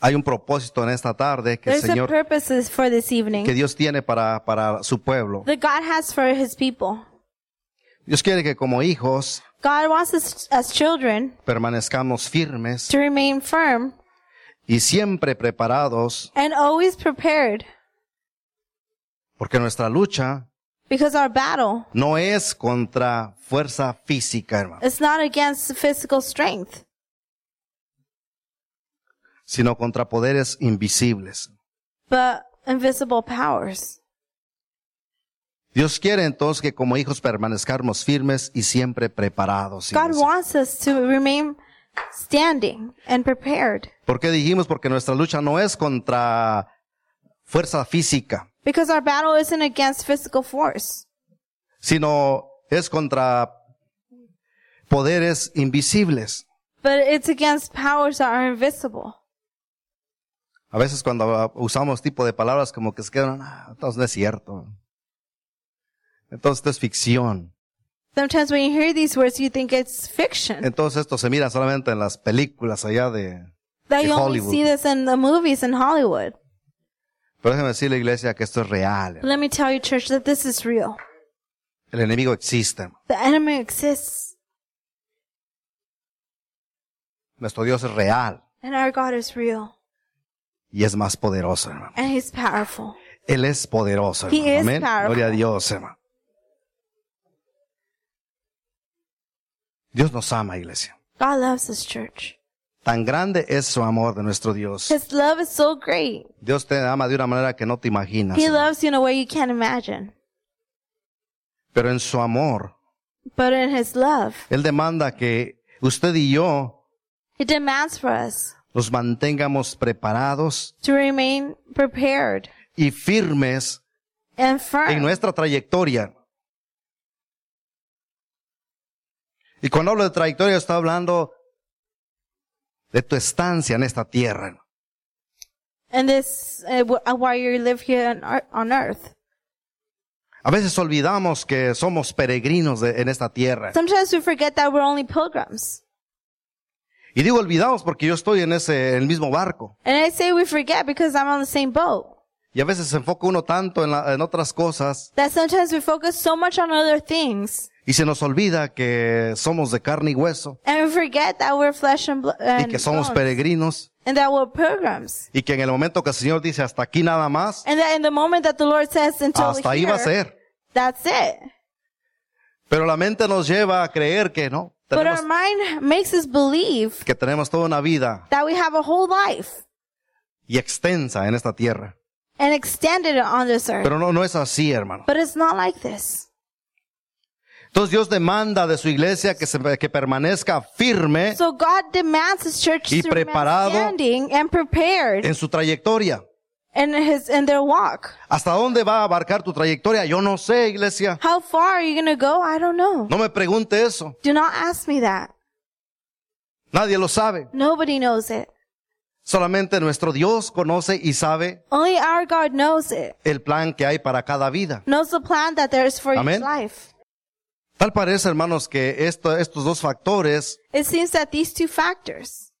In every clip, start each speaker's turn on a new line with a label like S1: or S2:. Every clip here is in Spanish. S1: Hay un propósito en esta tarde que el
S2: There's a
S1: Señor,
S2: purpose for this evening
S1: que Dios tiene para, para su pueblo.
S2: that God has for His people.
S1: Dios quiere que como hijos
S2: God wants us as children
S1: permanezcamos firmes
S2: to remain firm
S1: y siempre preparados
S2: and always prepared
S1: porque nuestra lucha
S2: because our battle
S1: no es contra fuerza física, hermano,
S2: is not against physical strength,
S1: sino contra poderes invisibles.
S2: but invisible powers.
S1: Dios quiere entonces que como hijos permanezcamos firmes y siempre preparados.
S2: God
S1: iglesia.
S2: wants us to remain standing and prepared
S1: ¿Por qué dijimos? Porque nuestra lucha no es contra fuerza física,
S2: because our battle isn't against physical force,
S1: sino es contra poderes invisibles.
S2: but it's against powers that are invisible.
S1: A veces cuando usamos este tipo de palabras como que se quedan, "Ah, entonces no es cierto. Entonces esto es ficción.
S2: Sometimes when you hear these words, you think it's fiction.
S1: Entonces esto se mira solamente en las películas allá de...
S2: That you
S1: in
S2: only
S1: Hollywood.
S2: see this in the movies in Hollywood.
S1: Pero déjeme decirle, iglesia, que esto es real.
S2: Let me tell you, church, that this is real.
S1: El enemigo existe.
S2: The enemy exists,
S1: Nuestro Dios es real
S2: and our God is real,
S1: y es más poderoso, hermano.
S2: and He's powerful.
S1: Él es poderoso,
S2: He
S1: hermano.
S2: is
S1: Amén.
S2: powerful.
S1: Gloria a Dios, hermano. Dios nos ama, iglesia.
S2: God loves His church.
S1: Tan grande es su amor de nuestro Dios.
S2: His love is so great.
S1: Dios te ama de una manera que no te imaginas.
S2: He
S1: hermano.
S2: loves you in a way you can't imagine.
S1: Pero en su amor,
S2: But in His love,
S1: Él demanda que usted y yo
S2: He demands for us
S1: nos mantengamos preparados
S2: to remain prepared
S1: y firmes en
S2: and firm.
S1: nuestra trayectoria. Y cuando hablo de trayectoria, estoy hablando de tu estancia en esta tierra.
S2: And this, uh, wh- uh, while you live here on, ear- on earth.
S1: A veces olvidamos que somos peregrinos de- en esta tierra.
S2: Sometimes we forget that we're only pilgrims.
S1: Y digo olvidamos porque yo estoy en ese en el mismo barco.
S2: And I say we forget because I'm on the same boat.
S1: Y a veces se enfoca uno tanto en, la- en otras cosas
S2: That sometimes we focus so much on other things
S1: y se nos olvida que somos de carne y hueso
S2: and we forget that we're flesh and, blo-
S1: y
S2: and,
S1: que somos
S2: bones,
S1: peregrinos
S2: and that we're pilgrims.
S1: y que en el momento que el Señor dice hasta aquí nada más,
S2: And that in the moment that the Lord says until
S1: hasta ahí
S2: here,
S1: va a ser.
S2: that's it.
S1: Pero la mente nos lleva a creer que no,
S2: But
S1: tenemos,
S2: our mind makes us believe
S1: que tenemos toda una vida
S2: that we have a whole life
S1: y extensa en esta tierra.
S2: and extended it on this earth.
S1: Pero no, no es así, hermano.
S2: But it's not like this.
S1: Entonces Dios demanda de su iglesia que, se, que permanezca firme
S2: So God demands His church
S1: Y
S2: to remain
S1: preparado-
S2: standing and prepared
S1: en su trayectoria.
S2: in His in their walk.
S1: ¿Hasta dónde va a abarcar tu trayectoria? Yo no sé, iglesia.
S2: How far are you going to go? I don't know.
S1: No me pregunte eso.
S2: Do not ask me that.
S1: Nadie lo sabe.
S2: Nobody knows it.
S1: Solamente nuestro Dios conoce y sabe
S2: Only our God knows it.
S1: el plan que hay para cada vida.
S2: Knows the plan that there is for
S1: Amén.
S2: each life.
S1: Tal parece, hermanos, que esto- estos dos factores
S2: It seems that these two factors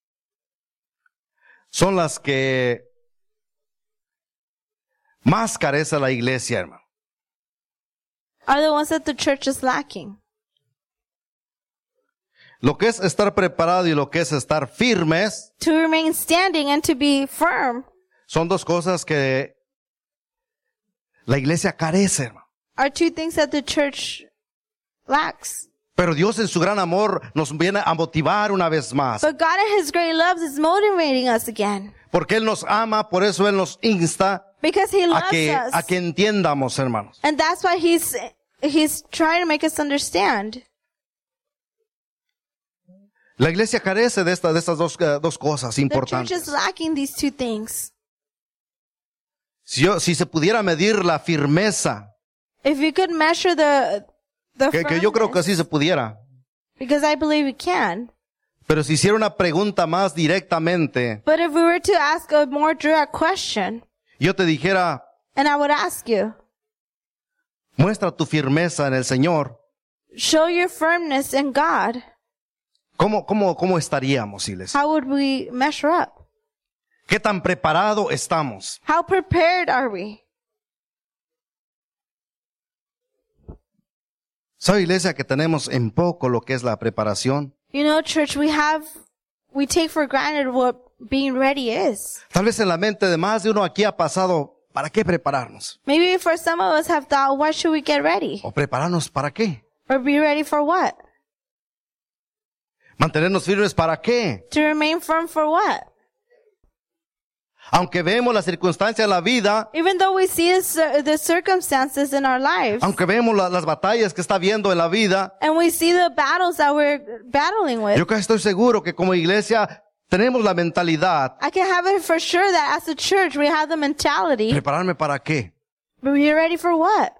S1: son las que más carece la iglesia, hermano.
S2: are the ones that the church is lacking.
S1: Lo que es estar preparado y lo que es estar firmes
S2: To remain standing and to be firm
S1: son dos cosas que la iglesia carece, hermano.
S2: are two things that the church lacks.
S1: Pero Dios en su gran amor nos viene a motivar una vez más.
S2: But God in His great love is motivating us again.
S1: Porque Él nos ama, por eso Él nos insta
S2: Because He
S1: a
S2: loves
S1: que,
S2: us.
S1: a que entiendamos, hermanos.
S2: And that's why He's, He's trying to make us understand.
S1: La iglesia carece de, esta, de estas dos, eh, dos cosas
S2: The church is
S1: importantes.
S2: lacking these two things.
S1: Si, yo, si se pudiera medir la firmeza,
S2: If you could measure the, the
S1: que, que yo creo que
S2: firmness,
S1: sí se pudiera,
S2: because I believe you can.
S1: pero si hiciera una pregunta más directamente,
S2: But if we were to ask a more direct question,
S1: yo te dijera,
S2: and I would ask you,
S1: muestra tu firmeza en el Señor,
S2: show your firmness in God,
S1: ¿cómo, cómo, cómo estaríamos, iglesia?
S2: how would we measure up?
S1: ¿Qué tan preparado estamos?
S2: How prepared are we?
S1: ¿Sabe, iglesia, que tenemos en poco lo que es la preparación?
S2: You know, church, we have, we take for granted what being ready is.
S1: Tal vez en la mente de más de uno aquí ha pasado, ¿para qué prepararnos?
S2: Maybe for some of us have thought, why should we get ready?
S1: ¿O prepararnos para qué?
S2: Or be ready for what?
S1: ¿Mantenernos firmes para qué?
S2: To remain firm for what?
S1: Aunque vemos las circunstancias de la vida,
S2: Even though we see the cir- the circumstances in our lives,
S1: aunque vemos la- las batallas que está viendo en la vida,
S2: and we see the battles that we're battling with,
S1: yo casi estoy seguro que como iglesia tenemos la mentalidad,
S2: I can have it for sure that as a church, we have the mentality,
S1: ¿prepararme para qué?
S2: but we're ready for what?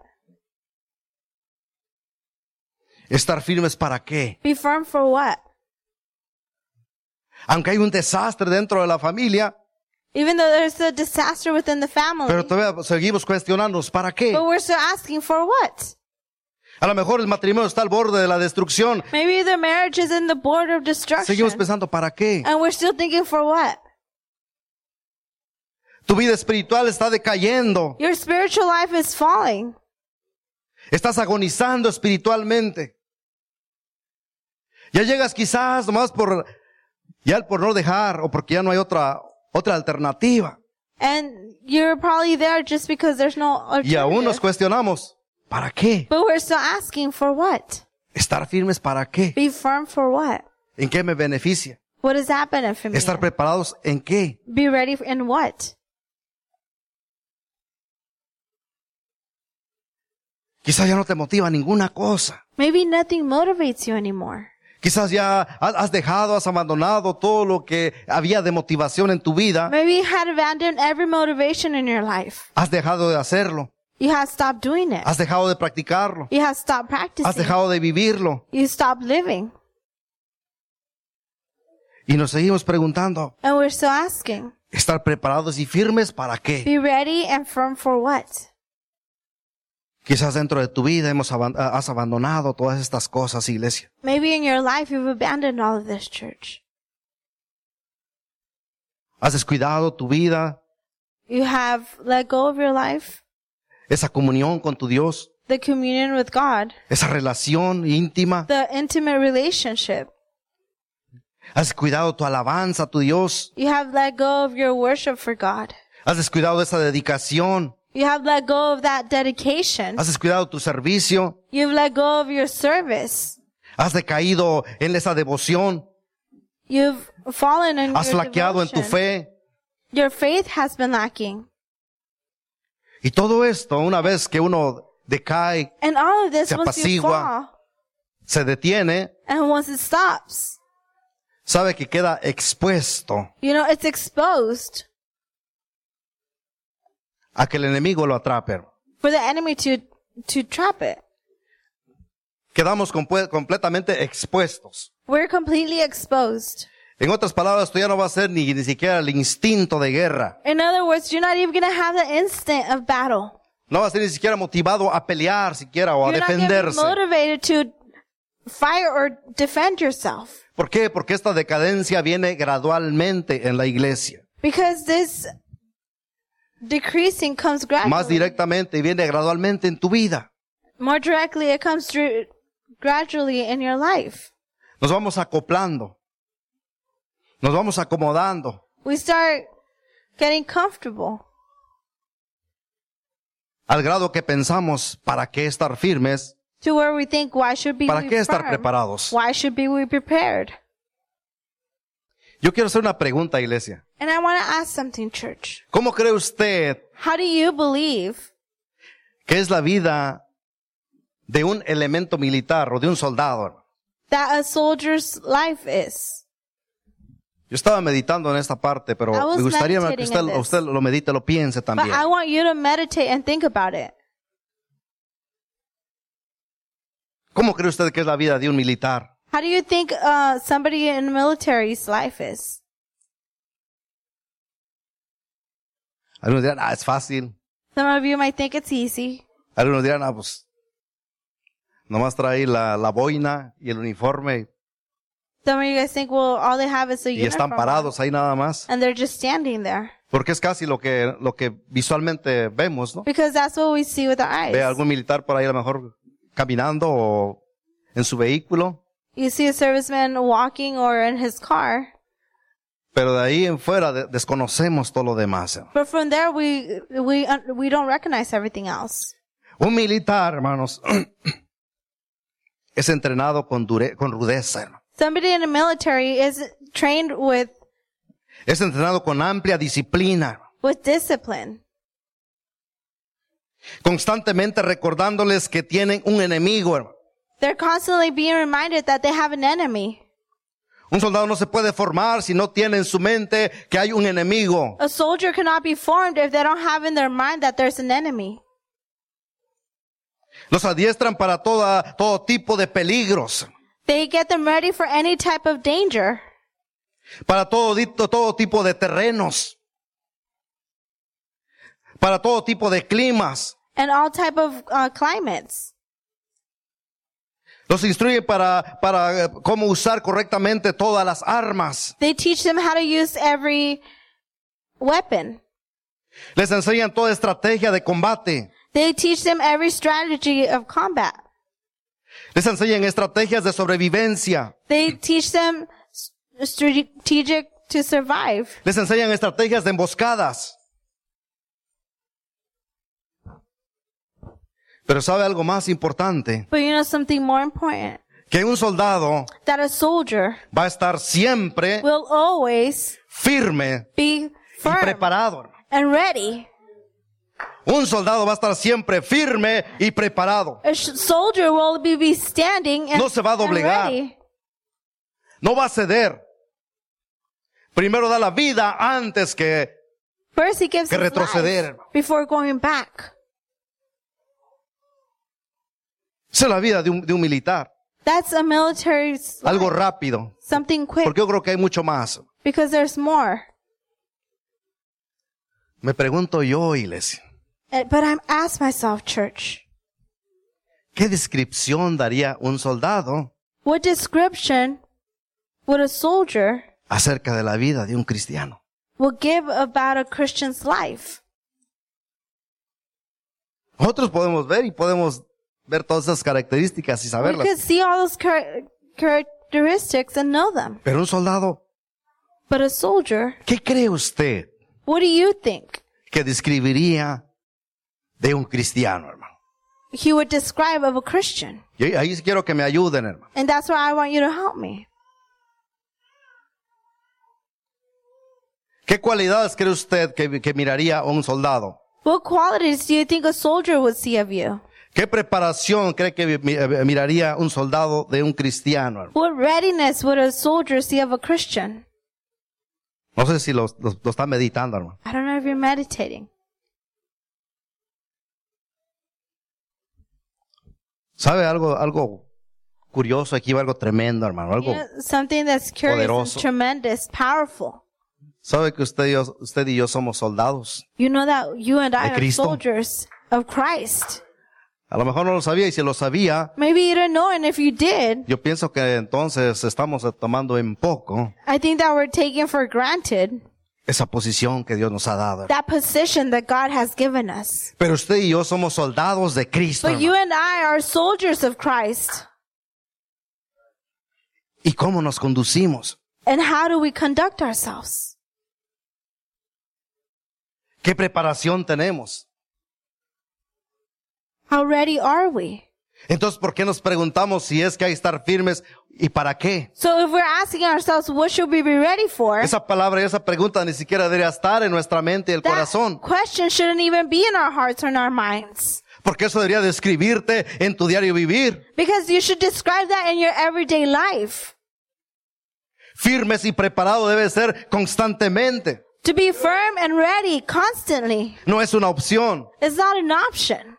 S1: ¿Estar firmes para qué?
S2: Be firm for what?
S1: Aunque hay un desastre dentro de la familia,
S2: Even though there's a disaster within the family,
S1: pero todavía seguimos cuestionándonos, ¿para qué?
S2: but we're still asking for what?
S1: A lo mejor el matrimonio está al borde de la destrucción.
S2: Maybe the marriage is in the border
S1: Seguimos
S2: of destruction,
S1: pensando, ¿para qué?
S2: and we're still thinking for what?
S1: Tu vida espiritual está decayendo.
S2: Your spiritual life is falling.
S1: Estás agonizando espiritualmente. Ya llegas quizás nomás por, ya por no dejar o porque ya no hay otra, otra alternativa.
S2: And you're probably there just because there's no
S1: Y aún nos
S2: alternative.
S1: cuestionamos, ¿para qué?
S2: But we're still asking for what?
S1: ¿Estar firmes para qué?
S2: Be firm for what?
S1: ¿En qué me beneficia?
S2: What does that benefit me?
S1: ¿Estar preparados en qué?
S2: Be ready in what?
S1: Quizás ya no te motiva ninguna cosa.
S2: Maybe nothing motivates you anymore.
S1: Quizás ya has has dejado, has abandonado todo lo que había de motivación en tu vida.
S2: Maybe you had abandoned every motivation in your life.
S1: Has dejado de hacerlo.
S2: You have stopped doing it.
S1: Has dejado de practicarlo.
S2: You have stopped
S1: Has
S2: practicing.
S1: dejado de vivirlo.
S2: You stopped living.
S1: Y nos seguimos preguntando,
S2: And we're still asking.
S1: ¿estar preparados y firmes para qué?
S2: Be ready and firm for what?
S1: Quizás dentro de tu vida hemos aban- ah, has abandonado todas estas cosas, iglesia.
S2: Maybe in your life you've abandoned all of this church.
S1: Has descuidado tu vida,
S2: You have let go of your life,
S1: esa comunión con tu Dios,
S2: the communion with God,
S1: esa relación íntima.
S2: the intimate relationship.
S1: Has descuidado tu alabanza a tu Dios.
S2: You have let go of your worship for God.
S1: Has descuidado esa dedicación.
S2: You have let go of that dedication.
S1: Has descuidado tu servicio.
S2: You've let go of your service.
S1: Has decaído en esa devoción.
S2: You've fallen in
S1: Has
S2: your
S1: flaqueado en tu
S2: devotion.
S1: fe.
S2: Your faith has been lacking.
S1: Y todo esto, una vez que uno decae,
S2: And all of this,
S1: Se
S2: once you
S1: apacigua.
S2: fall,
S1: se detiene,
S2: and once it stops,
S1: sabe que queda expuesto
S2: you know, it's exposed
S1: a que el enemigo lo atrape.
S2: for the enemy to, to trap it.
S1: Quedamos compu- completamente expuestos.
S2: We're completely exposed.
S1: En otras palabras, tú ya no vas a ser ni, ni siquiera el instinto de guerra.
S2: In other words, you're not even going to have the instinct of battle.
S1: No vas a ser ni siquiera motivado a pelear siquiera o a
S2: You're not going to be
S1: defenderse.
S2: motivated to fight or defend yourself.
S1: ¿Por qué? Porque esta decadencia viene gradualmente en la iglesia.
S2: Because this decreasing comes
S1: Más
S2: gradually.
S1: directamente y viene gradualmente en tu vida.
S2: More directly, it comes through gradually in your life.
S1: Nos vamos acoplando. Nos vamos acomodando.
S2: We start getting comfortable
S1: Al grado que pensamos, ¿para qué estar firmes?
S2: to where we think, why should be
S1: ¿Para
S2: we
S1: qué estar
S2: firm?
S1: preparados?
S2: Why should be we prepared?
S1: Yo quiero hacer una pregunta, iglesia.
S2: And I want to ask something, church.
S1: ¿Cómo cree usted
S2: How do you believe
S1: que es la vida de un elemento militar o de un soldado. hermano.
S2: that a soldier's life is?
S1: Yo estaba meditando en esta parte, pero
S2: I was
S1: me gustaría que
S2: meditating
S1: usted,
S2: on this.
S1: usted lo medite, lo piense
S2: But
S1: también.
S2: I want you to meditate and think about it.
S1: ¿Cómo cree usted que es la vida de un militar?
S2: How do you think uh, somebody in the military's life is?
S1: Algunos dirán, ah, es fácil.
S2: Some of you might think it's easy.
S1: Algunos dirán, ah, pues, nomás trae la, la boina y el uniforme.
S2: Some of you guys think, well, all they have is a
S1: y están
S2: uniform,
S1: parados ahí nada más.
S2: and they're just standing there
S1: Porque es casi lo que, lo que visualmente vemos, ¿no?
S2: because that's what we see with our eyes.
S1: Ve a algún militar por ahí a lo mejor caminando o en su vehículo,
S2: You see a serviceman walking or in his car,
S1: pero de ahí en fuera de- desconocemos todo lo demás. hermano.
S2: but from there we we uh, we don't recognize everything else.
S1: Un militar, hermanos, es entrenado con, dure- con rudeza, hermano.
S2: Somebody in the military is trained with
S1: Es entrenado con amplia disciplina, hermano.
S2: with discipline,
S1: constantemente recordándoles que tienen un enemigo. hermano.
S2: they're constantly being reminded that they have an enemy.
S1: Un soldado no se puede formar si no tiene en su mente que hay un enemigo.
S2: A soldier cannot be formed if they don't have in their mind that there's an enemy.
S1: Los adiestran para toda, todo tipo de peligros,
S2: They get them ready for any type of danger,
S1: para todo, di- todo tipo de terrenos, para todo tipo de climas.
S2: and all type of uh, climates.
S1: Los instruye para, para eh, cómo usar correctamente todas las armas.
S2: They teach them how to use every weapon.
S1: Les enseñan toda estrategia de combate.
S2: They teach them every strategy of combat.
S1: Les enseñan estrategias de sobrevivencia.
S2: They teach them s- strategic to survive.
S1: Les enseñan estrategias de emboscadas. Pero sabe algo más importante,
S2: But you know something more important?
S1: que un soldado
S2: That a soldier
S1: va a estar siempre
S2: will always
S1: firme
S2: be
S1: y
S2: firm
S1: preparado. hermano.
S2: and ready.
S1: Un soldado va a estar siempre firme y preparado.
S2: A sh- soldier will be, be standing and,
S1: No se va a
S2: and
S1: doblegar.
S2: ready.
S1: No va a ceder. Primero da la vida antes que...
S2: First, he gives
S1: Que
S2: his life
S1: retroceder, hermano.
S2: before going back.
S1: Esa es la vida de un, de un militar.
S2: That's a military's
S1: Algo
S2: life.
S1: rápido.
S2: something quick
S1: Ah. Porque yo creo que hay mucho más.
S2: because there's more.
S1: Me pregunto yo, iglesia,
S2: And- Eh, But I'm asked myself, church,
S1: ¿qué descripción daría un soldado
S2: what description would a soldier
S1: acerca de la vida de un cristiano?
S2: will give about a Christian's life?
S1: Nosotros podemos ver y podemos ver todas esas características y
S2: We
S1: saberlas.
S2: could see all those char- characteristics and know them.
S1: Pero un soldado,
S2: But a soldier,
S1: ¿qué cree usted
S2: what do you think
S1: que describiría de un cristiano, hermano?
S2: he would describe of a Christian?
S1: Y ahí- ahí sí quiero que me ayuden, hermano.
S2: And that's why I want you to help me.
S1: ¿Qué cualidades cree usted que, que miraría un soldado?
S2: What qualities do you think a soldier would see of you?
S1: ¿Qué preparación cree que mi- eh, miraría un soldado de un cristiano, hermano?
S2: What readiness would a soldier see of a Christian?
S1: No sé si lo, lo- lo está meditando, hermano.
S2: I don't know if you're meditating.
S1: ¿Sabe algo, algo curioso aquí, algo tremendo, hermano?
S2: You
S1: Algo,
S2: know, something that's curious,
S1: Poderoso.
S2: and tremendous, powerful.
S1: ¿Sabe que usted y, yo, usted y yo somos soldados?
S2: You know that you and I
S1: De
S2: are
S1: Cristo.
S2: soldiers of Christ.
S1: A lo mejor no lo sabía y si lo sabía,
S2: Maybe you don't know, and if you did,
S1: yo pienso que entonces estamos tomando en poco
S2: I think that we're taking for granted
S1: esa posición que Dios nos ha dado.
S2: that position that God has given us.
S1: Pero usted y yo somos soldados de Cristo.
S2: But you
S1: hermano.
S2: and I are soldiers of Christ.
S1: ¿Y cómo nos conducimos?
S2: And how do we conduct ourselves?
S1: ¿Qué preparación tenemos?
S2: How ready are we?
S1: Entonces, ¿por qué nos preguntamos si es que hay que estar firmes y para qué?
S2: So if we're asking ourselves, what should we be ready for?
S1: Esa palabra y esa pregunta ni siquiera debería estar en nuestra mente y el
S2: That
S1: corazón,
S2: question shouldn't even be in our hearts or in our minds.
S1: porque eso debería describirte en tu diario vivir.
S2: Because you should describe that in your everyday life.
S1: Firmes y preparado debe ser constantemente.
S2: To be firm and ready constantly
S1: No es una opción.
S2: is not an option.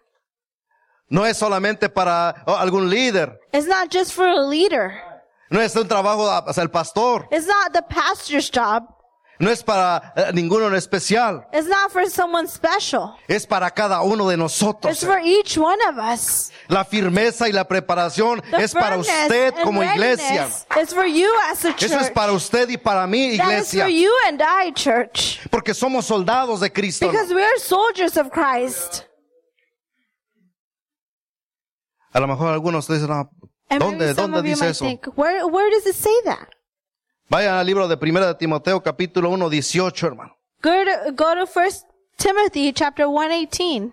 S1: No es solamente para oh, algún líder.
S2: It's not just for a leader.
S1: No es un trabajo hacia el pastor.
S2: It's not the pastor's job.
S1: No es para eh, ninguno en especial.
S2: It's not for someone special.
S1: Es para cada uno de
S2: It's
S1: nosotros.
S2: for each one of us.
S1: La firmeza y la preparación
S2: The
S1: es para
S2: firmness
S1: usted
S2: and
S1: como
S2: readiness
S1: iglesia.
S2: is for you as a church.
S1: Eso es para usted y para mí,
S2: That is
S1: iglesia.
S2: for you and I, church.
S1: Porque somos soldados de Cristo.
S2: Because we are soldiers of Christ.
S1: A lo mejor algunos dicen, "Ah,
S2: And
S1: ¿dónde,
S2: maybe some
S1: dónde
S2: of you
S1: dice
S2: might
S1: eso?
S2: think, where, where does it say that?
S1: Vayan al libro de Primera de Timoteo, capítulo 1, 18, hermano.
S2: Go to, go to 1 Timothy chapter 118.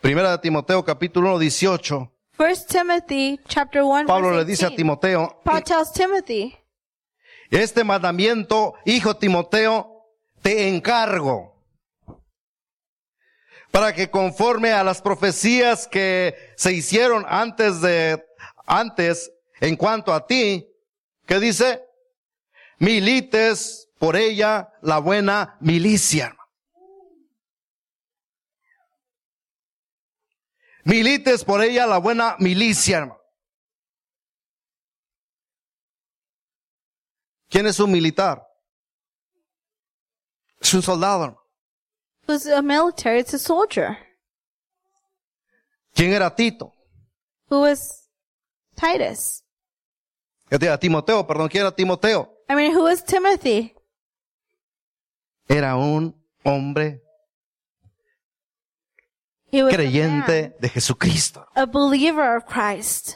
S1: Primera de Timoteo, capítulo 1, 18.
S2: 1 Timothy chapter 1
S1: Pablo
S2: verse
S1: le dice a
S2: 18.
S1: Timoteo,
S2: Paul tells Timothy,
S1: Este mandamiento, hijo Timoteo, te encargo para que conforme a las profecías que se hicieron antes de, antes, en cuanto a ti, que dice, milites por ella la buena milicia. Milites por ella la buena milicia, hermano. ¿Quién es un militar? Es un soldado. hermano.
S2: who's a military, it's a soldier,
S1: ¿Quién era Tito?
S2: who was Titus.
S1: Que te- a Timoteo, perdón, ¿quién era Timoteo?
S2: I mean, who was Timothy?
S1: Era un hombre
S2: He was a man,
S1: creyente de Jesucristo.
S2: a believer of Christ.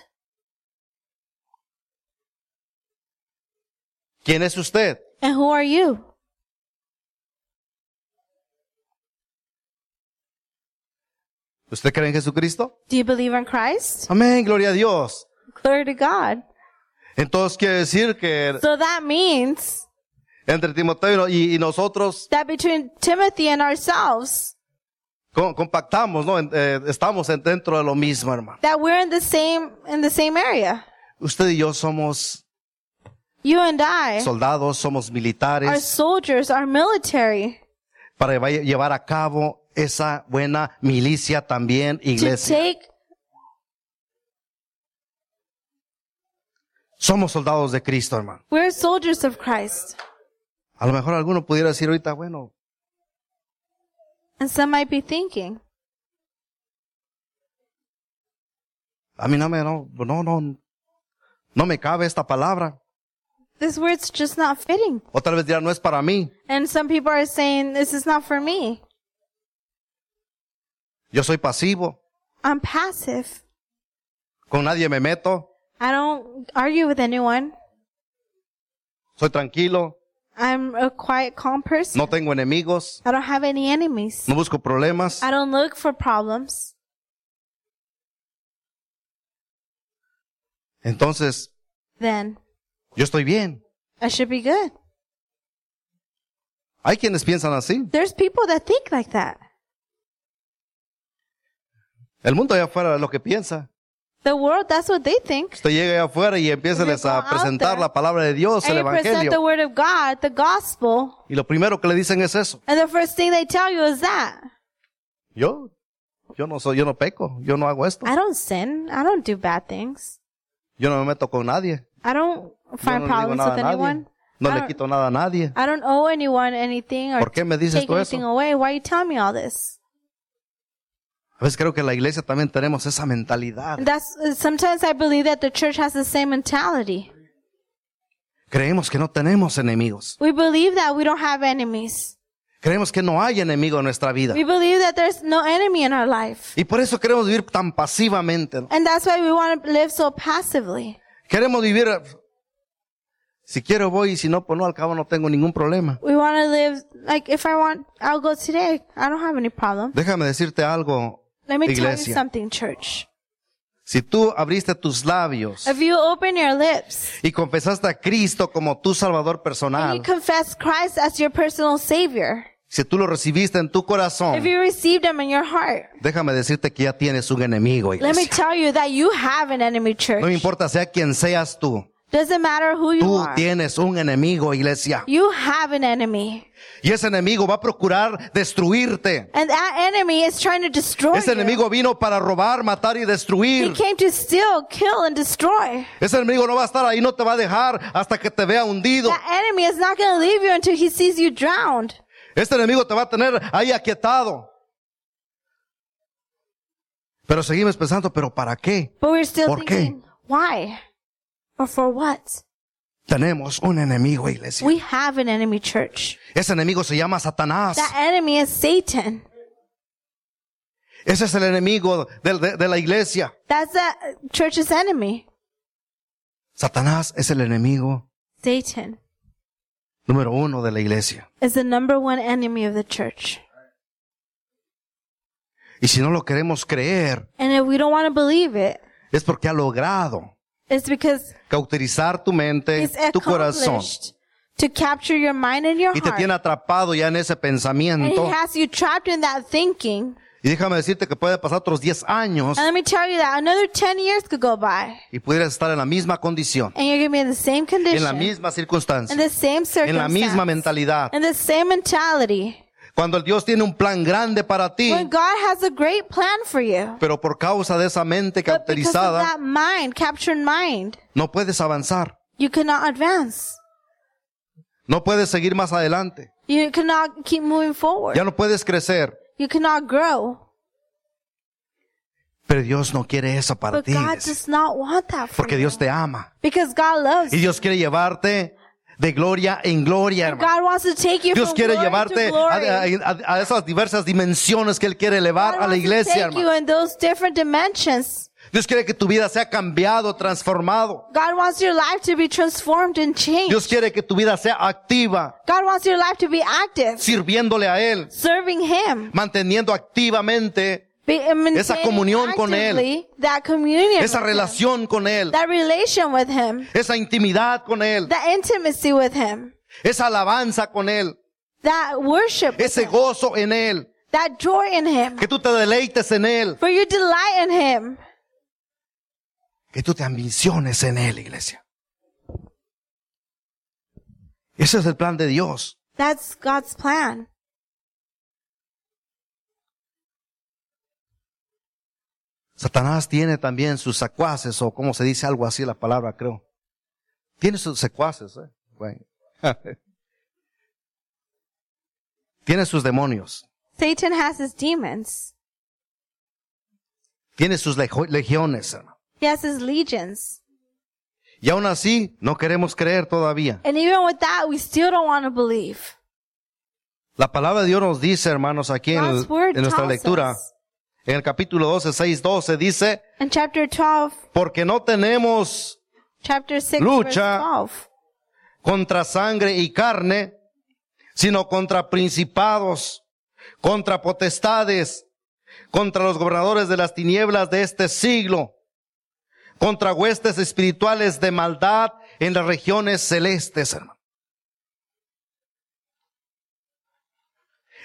S1: ¿Quién es usted?
S2: And who are you?
S1: ¿Usted cree en Jesucristo?
S2: Do you believe in Christ?
S1: Amén, gloria a Dios.
S2: Glory to God.
S1: Entonces quiere decir que
S2: So that means
S1: entre Timoteo y no- y, y nosotros
S2: that between Timothy and ourselves,
S1: co- compactamos, ¿no? En- eh, estamos en- dentro de lo mismo, hermano.
S2: that we're in the same in the same area.
S1: Usted y yo somos
S2: You and I
S1: soldados, somos
S2: are
S1: militares
S2: soldiers, are military
S1: para lleva- llevar a cabo esa buena milicia también,
S2: to
S1: iglesia.
S2: take
S1: Somos soldados de Cristo, hermano.
S2: we're soldiers of Christ.
S1: A lo mejor alguno pudiera decir ahorita, bueno,
S2: And some might be thinking,
S1: a mí no me, no, no, no, no me cabe esta palabra.
S2: this word's just not fitting.
S1: O tal vez dirá, no es para mí.
S2: And some people are saying, this is not for me.
S1: Yo soy pasivo.
S2: I'm passive.
S1: Con nadie me meto.
S2: I don't argue with anyone.
S1: Soy tranquilo.
S2: I'm a quiet, calm person.
S1: No tengo enemigos.
S2: I don't have any enemies.
S1: No busco problemas.
S2: I don't look for problems.
S1: Entonces,
S2: Then
S1: yo estoy bien.
S2: I should be good.
S1: Hay quienes piensan así.
S2: There's people that think like that.
S1: El mundo allá afuera es lo que piensa.
S2: The world, that's what they think.
S1: Usted llega allá afuera y empieza a presentar la palabra de Dios,
S2: And
S1: el
S2: you present the
S1: evangelio.
S2: word of God, the gospel,
S1: Y lo primero que le dicen es eso.
S2: and the first thing they tell you is that
S1: Yo, yo no soy, yo no peco. Yo no hago esto.
S2: I don't sin, I don't do bad things,
S1: Yo no me meto con nadie.
S2: I don't
S1: Yo
S2: find
S1: no le digo
S2: problems
S1: nada
S2: with
S1: a nadie.
S2: anyone,
S1: No
S2: I
S1: le
S2: don't-
S1: quito nada a nadie.
S2: I don't owe anyone anything or
S1: ¿Por qué me dices
S2: take
S1: tú
S2: anything
S1: eso?
S2: away. Why are you telling me all this?
S1: A veces creo que la iglesia también tenemos esa mentalidad.
S2: And that's sometimes I believe that the church has the same mentality.
S1: Creemos que no tenemos enemigos.
S2: We believe that we don't have enemies.
S1: Creemos que no hay enemigo en nuestra vida.
S2: We believe that there's no enemy in our life.
S1: Y por eso queremos vivir tan pasivamente. ¿no?
S2: And that's why we want to live so passively.
S1: Queremos vivir, si quiero voy y si no, pues no, al cabo no tengo ningún problema.
S2: We want to live, like, if I want, I'll go today. I don't have any problem.
S1: Déjame decirte algo,
S2: Let me tell you
S1: Iglesia.
S2: something, church.
S1: si tú abriste tus labios
S2: If you open your lips
S1: y confesaste a Cristo como tu Salvador
S2: and
S1: personal,
S2: you confess Christ as your personal savior,
S1: si tú lo recibiste en tu
S2: if
S1: corazón,
S2: you receive Him in your heart,
S1: déjame decirte que ya tienes un enemigo,
S2: let me
S1: iglesia.
S2: tell you that you have an
S1: No
S2: enemy,
S1: me
S2: church.
S1: importa sea quien seas tú.
S2: Doesn't matter who you
S1: Tú
S2: are.
S1: tienes un enemigo, iglesia.
S2: You have an enemy.
S1: Y ese enemigo va a procurar destruirte.
S2: And that enemy is trying to destroy
S1: Ese enemigo vino para robar, matar y
S2: you. Oh, He
S1: destruir.
S2: came to steal, kill, and destroy.
S1: Ese enemigo no va a estar ahí, no te va a dejar hasta que te vea hundido.
S2: That enemy is not going to leave you until he sees you drowned.
S1: Este enemigo te va a tener ahí aquietado. Pero seguimos pensando, pero ¿para qué
S2: But we're still
S1: ¿Por qué?
S2: thinking, why? Or for what?
S1: tenemos un enemigo, iglesia?
S2: We have an enemy church.
S1: Ese enemigo se llama Satanás.
S2: That enemy is Satan.
S1: Ese es el enemigo del- de, de la iglesia.
S2: That's the church's enemy.
S1: Satanás es el enemigo
S2: Satan
S1: número uno de la iglesia.
S2: is the number one enemy of the church.
S1: Y si no lo queremos creer,
S2: And if we don't want to believe it,
S1: es porque ha logrado
S2: it's because
S1: cauterizar tu mente,
S2: it's
S1: tu corazón.
S2: accomplished to capture your mind and your
S1: Y te tiene
S2: heart.
S1: atrapado ya en ese
S2: And
S1: pensamiento.
S2: he has you trapped in that thinking.
S1: Y déjame decirte que puede pasar otros 10 años
S2: And let me tell you that another 10 years could go by
S1: y pudieras estar en la misma condición,
S2: and you're going to be in the same
S1: en la
S2: condition,
S1: misma
S2: in
S1: circunstancia,
S2: the same
S1: en la
S2: circumstance,
S1: misma mentalidad.
S2: in the same mentality.
S1: Cuando el Dios tiene un plan grande para ti,
S2: When God has a great plan for you,
S1: pero por causa de esa mente
S2: but because of
S1: cauterizada,
S2: that mind, captured mind,
S1: no puedes avanzar,
S2: you cannot advance.
S1: no puedes seguir más adelante,
S2: You cannot keep moving forward.
S1: ya no puedes crecer.
S2: You cannot grow.
S1: Pero Dios no quiere eso para
S2: But
S1: ti,
S2: God
S1: iglesia,
S2: does not want that for
S1: porque
S2: you.
S1: Dios te ama
S2: Because God loves
S1: y
S2: you.
S1: Dios quiere llevarte de gloria en gloria, hermano.
S2: God wants to take you
S1: Dios
S2: from
S1: quiere
S2: glory to
S1: llevarte
S2: glory.
S1: a, a- a esas diversas dimensiones que Él quiere elevar
S2: God
S1: a la
S2: wants to
S1: iglesia,
S2: take you
S1: hermano.
S2: in those different dimensions.
S1: Dios quiere que tu vida sea cambiado, transformado.
S2: God wants your life to be transformed and changed.
S1: Dios quiere que tu vida sea activa,
S2: God wants your life to be active,
S1: sirviéndole a Él,
S2: serving Him,
S1: manteniendo activamente
S2: be, and
S1: Esa
S2: maintaining
S1: comunión con Él.
S2: actively that communion,
S1: esa
S2: with Him,
S1: relación con Él,
S2: that relation with Him,
S1: esa intimidad con Él,
S2: that intimacy with Him,
S1: esa alabanza con Él,
S2: that worship, with
S1: ese
S2: Him,
S1: gozo en Él,
S2: that joy in Him,
S1: que tú te deleites en Él,
S2: for your delight in Him,
S1: que tú te ambiciones en Él, iglesia. Ese es el plan de Dios.
S2: That's God's plan.
S1: Satanás tiene también sus secuaces, o como se dice algo así la palabra, creo. Tiene sus secuaces, eh. Bueno. tiene sus demonios,
S2: Satan has his demons.
S1: tiene sus lejo- legiones, hermano.
S2: He has his legions.
S1: Y aún así, no queremos creer todavía.
S2: And even with that, we still don't want to believe.
S1: La palabra de Dios nos dice, hermanos, aquí en,
S2: God's word
S1: en nuestra
S2: tells
S1: lectura,
S2: us.
S1: en el capítulo 12, 6, 12, dice,
S2: In chapter 12,
S1: porque no tenemos
S2: chapter 6, verse
S1: Lucha.
S2: 12.
S1: contra sangre y carne, sino contra principados, contra potestades, contra los gobernadores de las tinieblas de este siglo, contra huestes espirituales de maldad en las regiones celestes, hermano.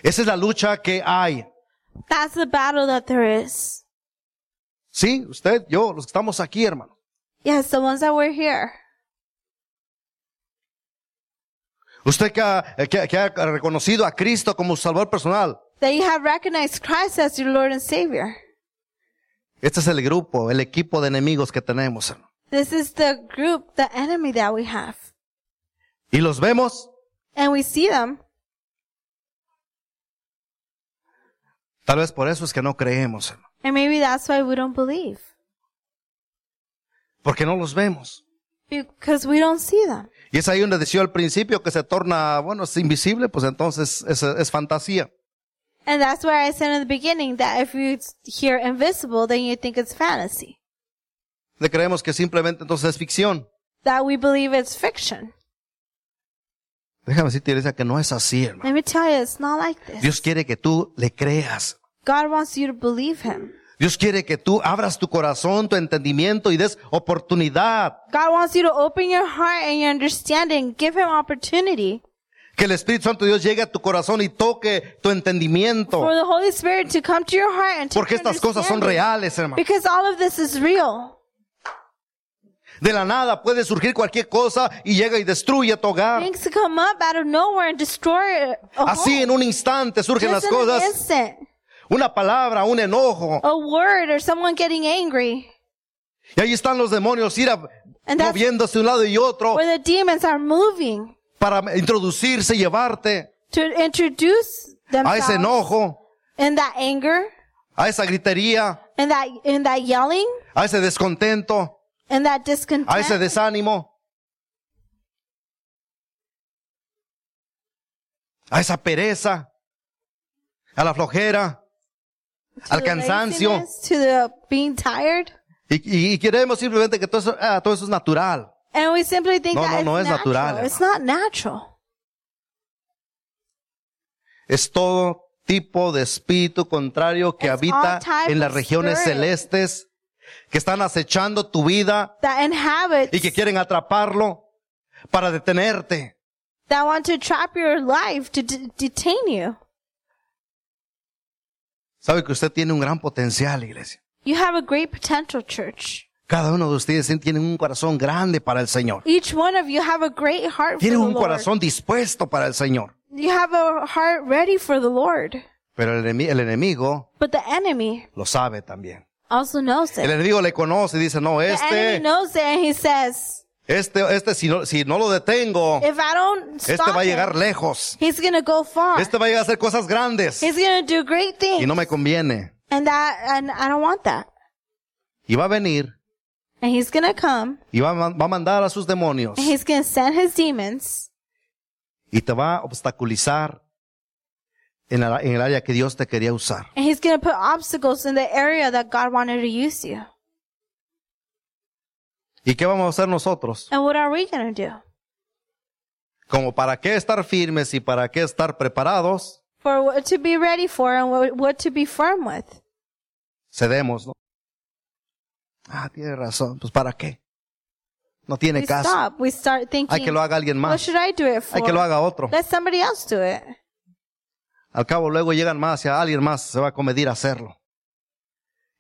S1: Esa es la lucha que hay.
S2: That's the battle that there is.
S1: Sí, usted, yo, los que estamos aquí, hermano.
S2: Yes, the ones that were here.
S1: Usted que ha, que- que ha reconocido a Cristo como su salvador personal.
S2: That you have recognized Christ as your Lord and Savior.
S1: Este es el grupo, el equipo de enemigos que tenemos, hermano.
S2: This is the group, the enemy that we have.
S1: Y los vemos,
S2: And we see them.
S1: tal vez por eso es que no creemos, hermano.
S2: And maybe that's why we don't believe.
S1: Porque no los vemos.
S2: Because we don't see them.
S1: Y es ahí donde decía al principio que se torna, bueno, es invisible, pues entonces es, es fantasía.
S2: And that's why I said in the beginning that if you hear invisible, then you think it's fantasy.
S1: Le creemos que simplemente entonces es ficción.
S2: That we believe it's fiction.
S1: Déjame decirte, iglesia, que no es así, hermano.
S2: Let me tell you, it's not like this.
S1: Dios quiere que tú le creas.
S2: God wants you to believe Him.
S1: Dios quiere que tú abras tu corazón, tu entendimiento y des oportunidad.
S2: God wants you to open your heart and your understanding. Give Him opportunity
S1: Que el Espíritu Santo de Dios llegue a tu corazón y toque tu
S2: for
S1: entendimiento.
S2: the Holy Spirit to come to your heart and to
S1: Porque estas cosas son reales, hermano.
S2: Because all of this is real.
S1: De la nada puede surgir cualquier cosa y llega y destruye tu hogar.
S2: Things come up out of nowhere and destroy a home.
S1: Así en un instante surgen las
S2: Just in an
S1: cosas.
S2: instant.
S1: Una palabra, un enojo.
S2: A word or someone getting angry.
S1: Y ahí están los demonios ir a-
S2: And that's-
S1: moviéndose de un lado y otro
S2: Where the demons are moving
S1: para introducirse y llevarte
S2: to introduce
S1: a ese
S2: themselves
S1: enojo,
S2: in that anger,
S1: a esa gritería,
S2: in that, in that yelling,
S1: a ese descontento,
S2: in that
S1: a ese
S2: discontent.
S1: desánimo, a esa pereza, a la flojera,
S2: to
S1: al
S2: the
S1: cansancio.
S2: laziness, to the being tired.
S1: Y, y- y queremos simplemente que todo eso, ah, todo eso es natural.
S2: And we simply think
S1: No,
S2: that
S1: no,
S2: it's
S1: no es
S2: natural.
S1: natural,
S2: It's not natural.
S1: Es todo tipo de espíritu contrario que
S2: It's
S1: habita
S2: all type
S1: en las
S2: of
S1: regiones
S2: spirit.
S1: celestes, que están acechando tu vida
S2: That inhabits,
S1: y que quieren atraparlo para detenerte.
S2: that want to trap your life, to d- detain you.
S1: Sabe que usted tiene un gran potencial, iglesia.
S2: You have a great potential, church.
S1: Cada uno de ustedes tiene un corazón grande para el Señor.
S2: Each one of you have a great heart for
S1: Tiene
S2: the
S1: un
S2: Lord.
S1: corazón dispuesto para el Señor.
S2: You have a heart ready for the Lord.
S1: Pero el, enemi- el enemigo
S2: But the enemy
S1: lo sabe también.
S2: also knows
S1: El
S2: it.
S1: enemigo le conoce y dice, no,
S2: The enemy
S1: este,
S2: knows it and he says,
S1: este, este, si no, si no lo detengo,
S2: if I don't
S1: este
S2: stop
S1: va a llegar
S2: him,
S1: lejos.
S2: he's going to go far.
S1: Este va a llegar a hacer cosas grandes.
S2: He's going to do great
S1: Y
S2: things.
S1: no me conviene.
S2: And that, and I don't want that.
S1: Y va a venir
S2: And he's going to come
S1: y va a, man- va a mandar a sus demonios
S2: and he's going to send his demons
S1: y te va a obstaculizar en, la- en el área que Dios te quería usar.
S2: and he's going to put obstacles in the area that God wanted to use you.
S1: ¿Y qué vamos a hacer nosotros?
S2: And what are we going to do?
S1: Como para qué estar firmes y para qué estar preparados,
S2: For what to be ready for and what, what to be firm with.
S1: cedemos, ¿no? Ah, tiene razón. Pues para qué. No tiene
S2: We
S1: caso.
S2: stop. We start
S1: Hay que
S2: thinking,
S1: lo haga alguien
S2: what
S1: más.
S2: should I do it for?
S1: Hay que lo haga otro.
S2: Let somebody else do it.
S1: Al cabo luego llegan más y a alguien más se va a comedir a hacerlo.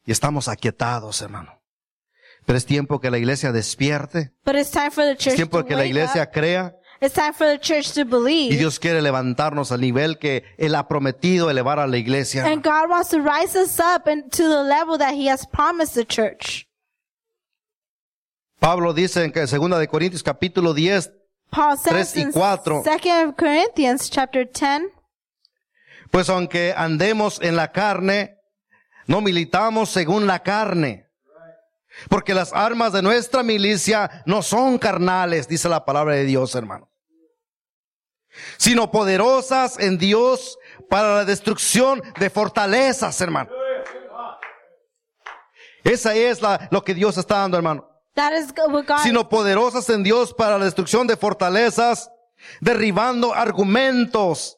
S1: Y estamos aquietados, hermano. Pero es tiempo que la iglesia despierte.
S2: But it's time for the church
S1: Es tiempo
S2: to
S1: que la
S2: wake
S1: iglesia
S2: up.
S1: crea.
S2: It's time for the church to believe.
S1: Y Dios quiere levantarnos al nivel que Él ha prometido elevar a la iglesia.
S2: and God wants to rise us up and to the level that he has promised the church.
S1: Pablo dice en que- segunda de Corintios capítulo 10,
S2: Paul
S1: Tres
S2: says
S1: y
S2: in
S1: cuatro.
S2: 2 Corinthians chapter 10,
S1: Pues aunque andemos en la carne, no militamos según la carne. Porque las armas de nuestra milicia no son carnales, dice la palabra de Dios, hermano. Sino poderosas en Dios para la destrucción de fortalezas, hermano. Esa es la- lo que Dios está dando, hermano.
S2: that is what God
S1: sino poderosas en Dios para la destrucción de fortalezas, derribando argumentos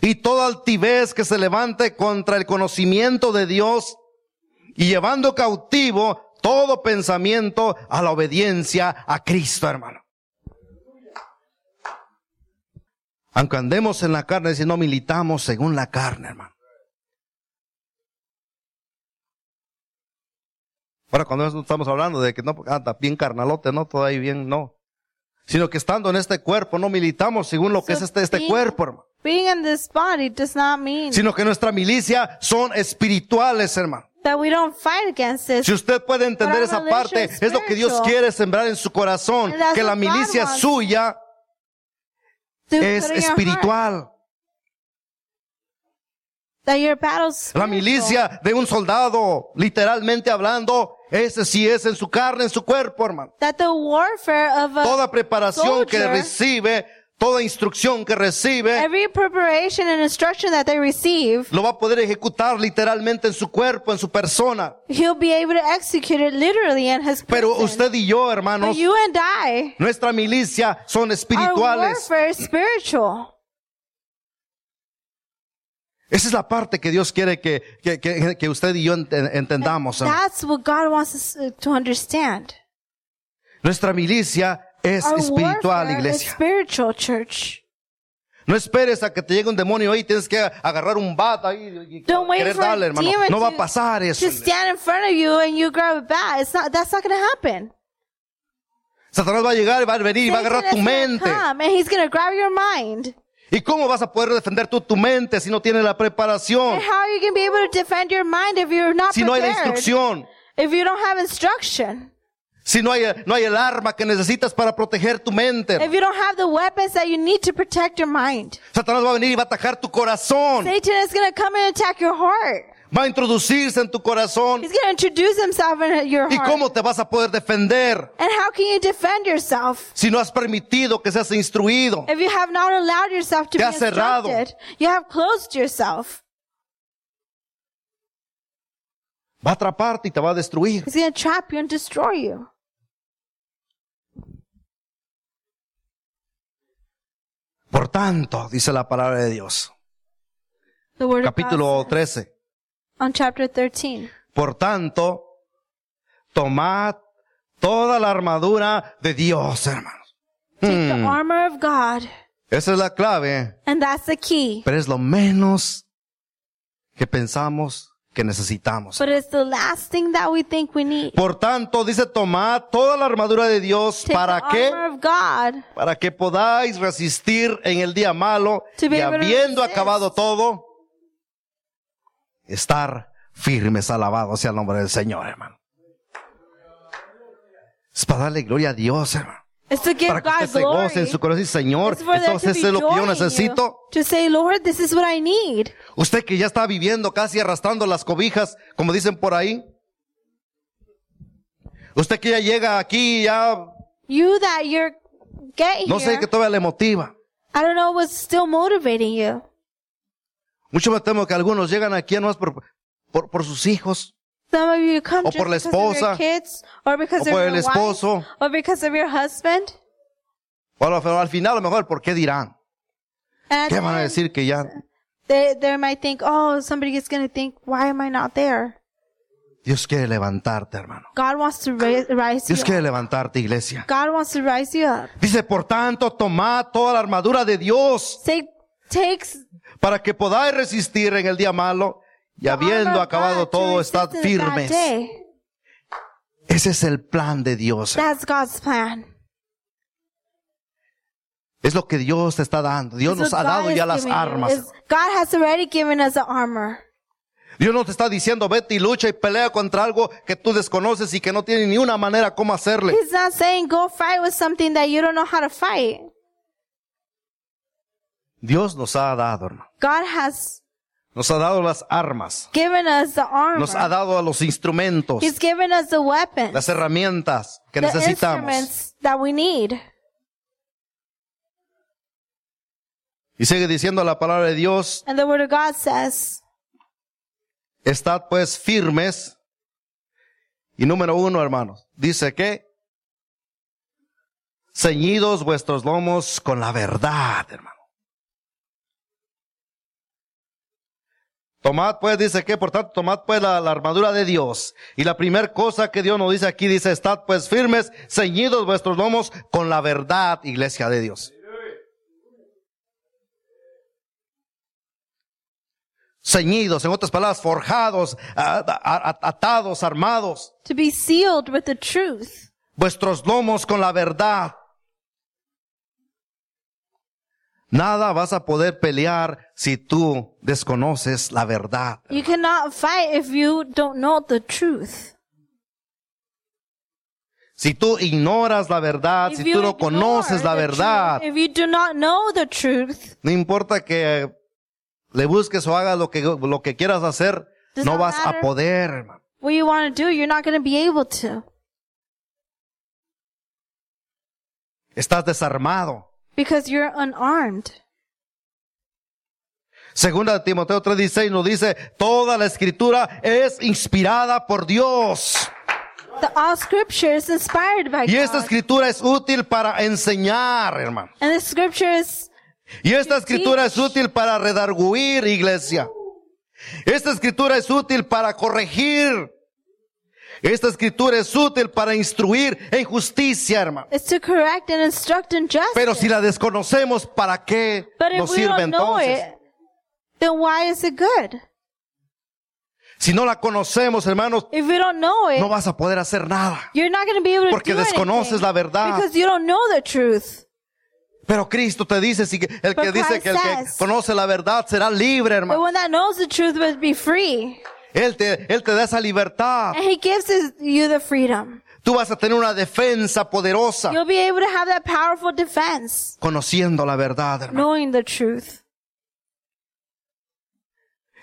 S1: y toda altivez que se levante contra el conocimiento de Dios y llevando cautivo todo pensamiento a la obediencia a Cristo, hermano. Aunque andemos en la carne, si no militamos según la carne, hermano. Ahora, cuando eso estamos hablando de que no, ah, está bien carnalote, no, todavía bien, no. Sino que estando en este cuerpo, no militamos según lo que es este, este
S2: Sí.
S1: cuerpo, hermano.
S2: being in this body does not mean
S1: Sino que nuestra milicia son espirituales, hermano.
S2: that we don't fight against this.
S1: Si usted puede entender
S2: Para
S1: esa
S2: relación
S1: parte, es lo que Dios
S2: spiritual.
S1: quiere sembrar en su corazón,
S2: And that's
S1: que la
S2: what God
S1: milicia
S2: wants.
S1: suya
S2: to
S1: es
S2: put in your heart
S1: espiritual.
S2: that your battles.
S1: La milicia de un soldado, literalmente hablando, ese sí es en su carne, en su cuerpo, hermano.
S2: That the warfare of a,
S1: Toda preparación que
S2: soldier-
S1: recibe, toda instrucción que recibe,
S2: every preparation and instruction that they receive,
S1: lo va a poder ejecutar literalmente en su cuerpo, en su persona.
S2: he'll be able to execute it literally in his
S1: Pero
S2: person.
S1: usted y yo,
S2: But
S1: hermanos,
S2: you and I
S1: nuestra milicia son
S2: our
S1: espirituales.
S2: warfare is spiritual.
S1: Esa es la parte que Dios quiere que, que, que- que usted y yo ent- entendamos. hermano.
S2: That's what God wants us uh, to understand.
S1: Nuestra milicia es
S2: Our
S1: espiritual,
S2: warfare is
S1: iglesia.
S2: spiritual, church.
S1: No esperes a que te llegue un demonio ahí, tienes que agarrar un bat ahí y
S2: Don't wait
S1: querer
S2: for a
S1: darle, hermano.
S2: demon
S1: No va a
S2: to-
S1: pasar eso.
S2: To stand in front of you and you grab a bat, it's not. That's not going to happen.
S1: Satanás va a llegar y va a venir y va a
S2: Satan
S1: agarrar
S2: is
S1: tu
S2: gonna
S1: mente.
S2: come and he's going to grab your mind.
S1: ¿Y cómo vas a poder defender tú tu mente si no tienes la preparación?
S2: And how are you going to be able to defend your mind if you're not
S1: Oh. Si no hay la
S2: prepared?
S1: instrucción,
S2: if you don't have instruction,
S1: si no hay, no hay el arma que necesitas para proteger tu mente.
S2: if you don't have the weapons that you need to protect your mind,
S1: Satanás va a venir y va a atacar tu corazón.
S2: Satan is going to come and attack your heart.
S1: Va a introducirse en tu corazón.
S2: He's going to introduce himself in your
S1: ¿Y
S2: heart.
S1: cómo te vas a poder defender
S2: And how can you defend yourself
S1: si no has permitido que seas instruido?
S2: if you have not allowed yourself
S1: Te
S2: to be
S1: has cerrado.
S2: instructed? You have closed yourself.
S1: Va a atraparte y te va a destruir.
S2: He's going to trap you and destroy you.
S1: Por tanto, dice la palabra de Dios.
S2: The word of God
S1: Capítulo 13.
S2: on chapter 13.
S1: Por tanto, tomad toda la armadura de Dios, hermanos.
S2: Take
S1: Hmm.
S2: the armor of God.
S1: Esa es la clave,
S2: And that's the key.
S1: pero es lo menos que pensamos que necesitamos.
S2: But it's the last thing that we think we need.
S1: Por tanto, dice, tomad toda la armadura de Dios
S2: Take
S1: para
S2: the
S1: que,
S2: armor of God.
S1: para que podáis resistir en el día malo
S2: To be
S1: y
S2: able to
S1: habiendo
S2: resist.
S1: acabado todo, estar firmes, alabado sea el nombre del Señor, hermano. Es para darle gloria a Dios, hermano.
S2: It's to give
S1: para que
S2: God
S1: usted se
S2: glory.
S1: goce en su corazón y Señor,
S2: It's for there
S1: entonces
S2: to be
S1: esto es lo que
S2: joy
S1: yo
S2: in you.
S1: necesito.
S2: To say, Lord, this is what I need.
S1: Usted que ya está viviendo casi arrastrando las cobijas, como dicen por ahí. Usted que ya llega aquí, ya
S2: You that you're getting
S1: no sé
S2: here.
S1: qué todavía le motiva.
S2: I don't know what's still motivating you.
S1: Mucho me temo que algunos llegan aquí no por, por, por sus hijos,
S2: Some of you come
S1: O
S2: just
S1: por la
S2: because of
S1: esposa,
S2: your kids, or because
S1: o
S2: of
S1: por
S2: your
S1: el esposo.
S2: wife, or because of your husband.
S1: o a lo- al final a lo mejor, ¿por qué dirán?
S2: And
S1: ¿Qué van a
S2: then
S1: decir que ya
S2: they, they might think, oh, somebody is going to think, why am I not there?
S1: Dios quiere levantarte, hermano?
S2: God wants to ra- rise you
S1: Dios quiere levantarte, iglesia.
S2: up. God wants to rise you up.
S1: Dice, por tanto, tomad toda la armadura de Dios.
S2: Take, takes
S1: para que podáis resistir en el día malo y habiendo
S2: armor
S1: acabado
S2: of God to
S1: todo,
S2: resist
S1: estad
S2: in the bad
S1: firmes.
S2: day.
S1: Ese es el plan de Dios.
S2: That's God's plan.
S1: Es lo que Dios te está dando. Dios
S2: That's
S1: nos ha
S2: what God
S1: dado ya
S2: is
S1: las
S2: giving you,
S1: armas.
S2: is- God has already given us the armor.
S1: Dios no te está diciendo, vete y lucha y pelea contra algo que tú desconoces y que no tienes ni una manera cómo hacerle.
S2: He's not saying go fight with something that you don't know how to fight.
S1: Dios nos ha dado, hermano.
S2: God has
S1: Nos ha dado las armas.
S2: given us the armor.
S1: Nos ha dado a los instrumentos,
S2: He's given us the weapons,
S1: las herramientas que
S2: the
S1: necesitamos.
S2: instruments that we need.
S1: Y sigue diciendo la palabra de Dios,
S2: And the Word of God says,
S1: Estad pues firmes. Y número uno, hermanos, dice que ceñidos vuestros lomos con la verdad, hermano. Tomad pues, dice que, por tanto, tomad pues la, la armadura de Dios. Y la primera cosa que Dios nos dice aquí, dice, estad pues firmes, ceñidos vuestros lomos con la verdad, iglesia de Dios. Ceñidos, en otras palabras, forjados, a- a- a- atados, armados.
S2: to be sealed with the truth.
S1: vuestros lomos con la verdad. Nada vas a poder pelear si tú desconoces la verdad.
S2: You cannot fight if you don't know the truth.
S1: Si tú ignoras la verdad,
S2: If
S1: si
S2: you
S1: tú no
S2: ignore
S1: conoces la
S2: the
S1: verdad,
S2: truth, if you do not know the truth,
S1: no importa que le busques o hagas lo que, lo que quieras hacer,
S2: Does
S1: no
S2: not
S1: vas a
S2: matter.
S1: poder. hermano.
S2: what you want to do, you're not going to be able to
S1: Estás desarmado.
S2: because you're unarmed.
S1: Segunda de Timoteo 3:16 nos dice, toda la escritura es inspirada por Dios.
S2: The all scripture is inspired by
S1: Y esta
S2: God.
S1: escritura es útil para enseñar, hermano.
S2: and the scripture is
S1: Y esta escritura es útil para redarguir, iglesia. Esta escritura es útil para corregir. Esta escritura es útil para instruir en justicia, hermano.
S2: is to correct and instruct and justice.
S1: Pero si la desconocemos, ¿para qué
S2: but if
S1: nos
S2: we
S1: sirve
S2: don't know
S1: entonces?
S2: it, then why is it good?
S1: Si no la conocemos, hermanos,
S2: If you don't know it,
S1: no vas a poder hacer nada.
S2: eh, you're not going to be able to
S1: Porque
S2: do anything
S1: desconoces la verdad.
S2: because you don't know the truth.
S1: Pero Cristo te dice, si que- el que
S2: But
S1: dice
S2: Christ
S1: que el que
S2: says-
S1: conoce la verdad será libre,
S2: But
S1: hermano.
S2: one that knows the truth will be free.
S1: Él te, él te da esa libertad.
S2: And he gives his, you the freedom.
S1: Tú vas a tener una defensa poderosa
S2: You'll be able to have that powerful defense,
S1: conociendo la verdad, hermano.
S2: knowing the truth.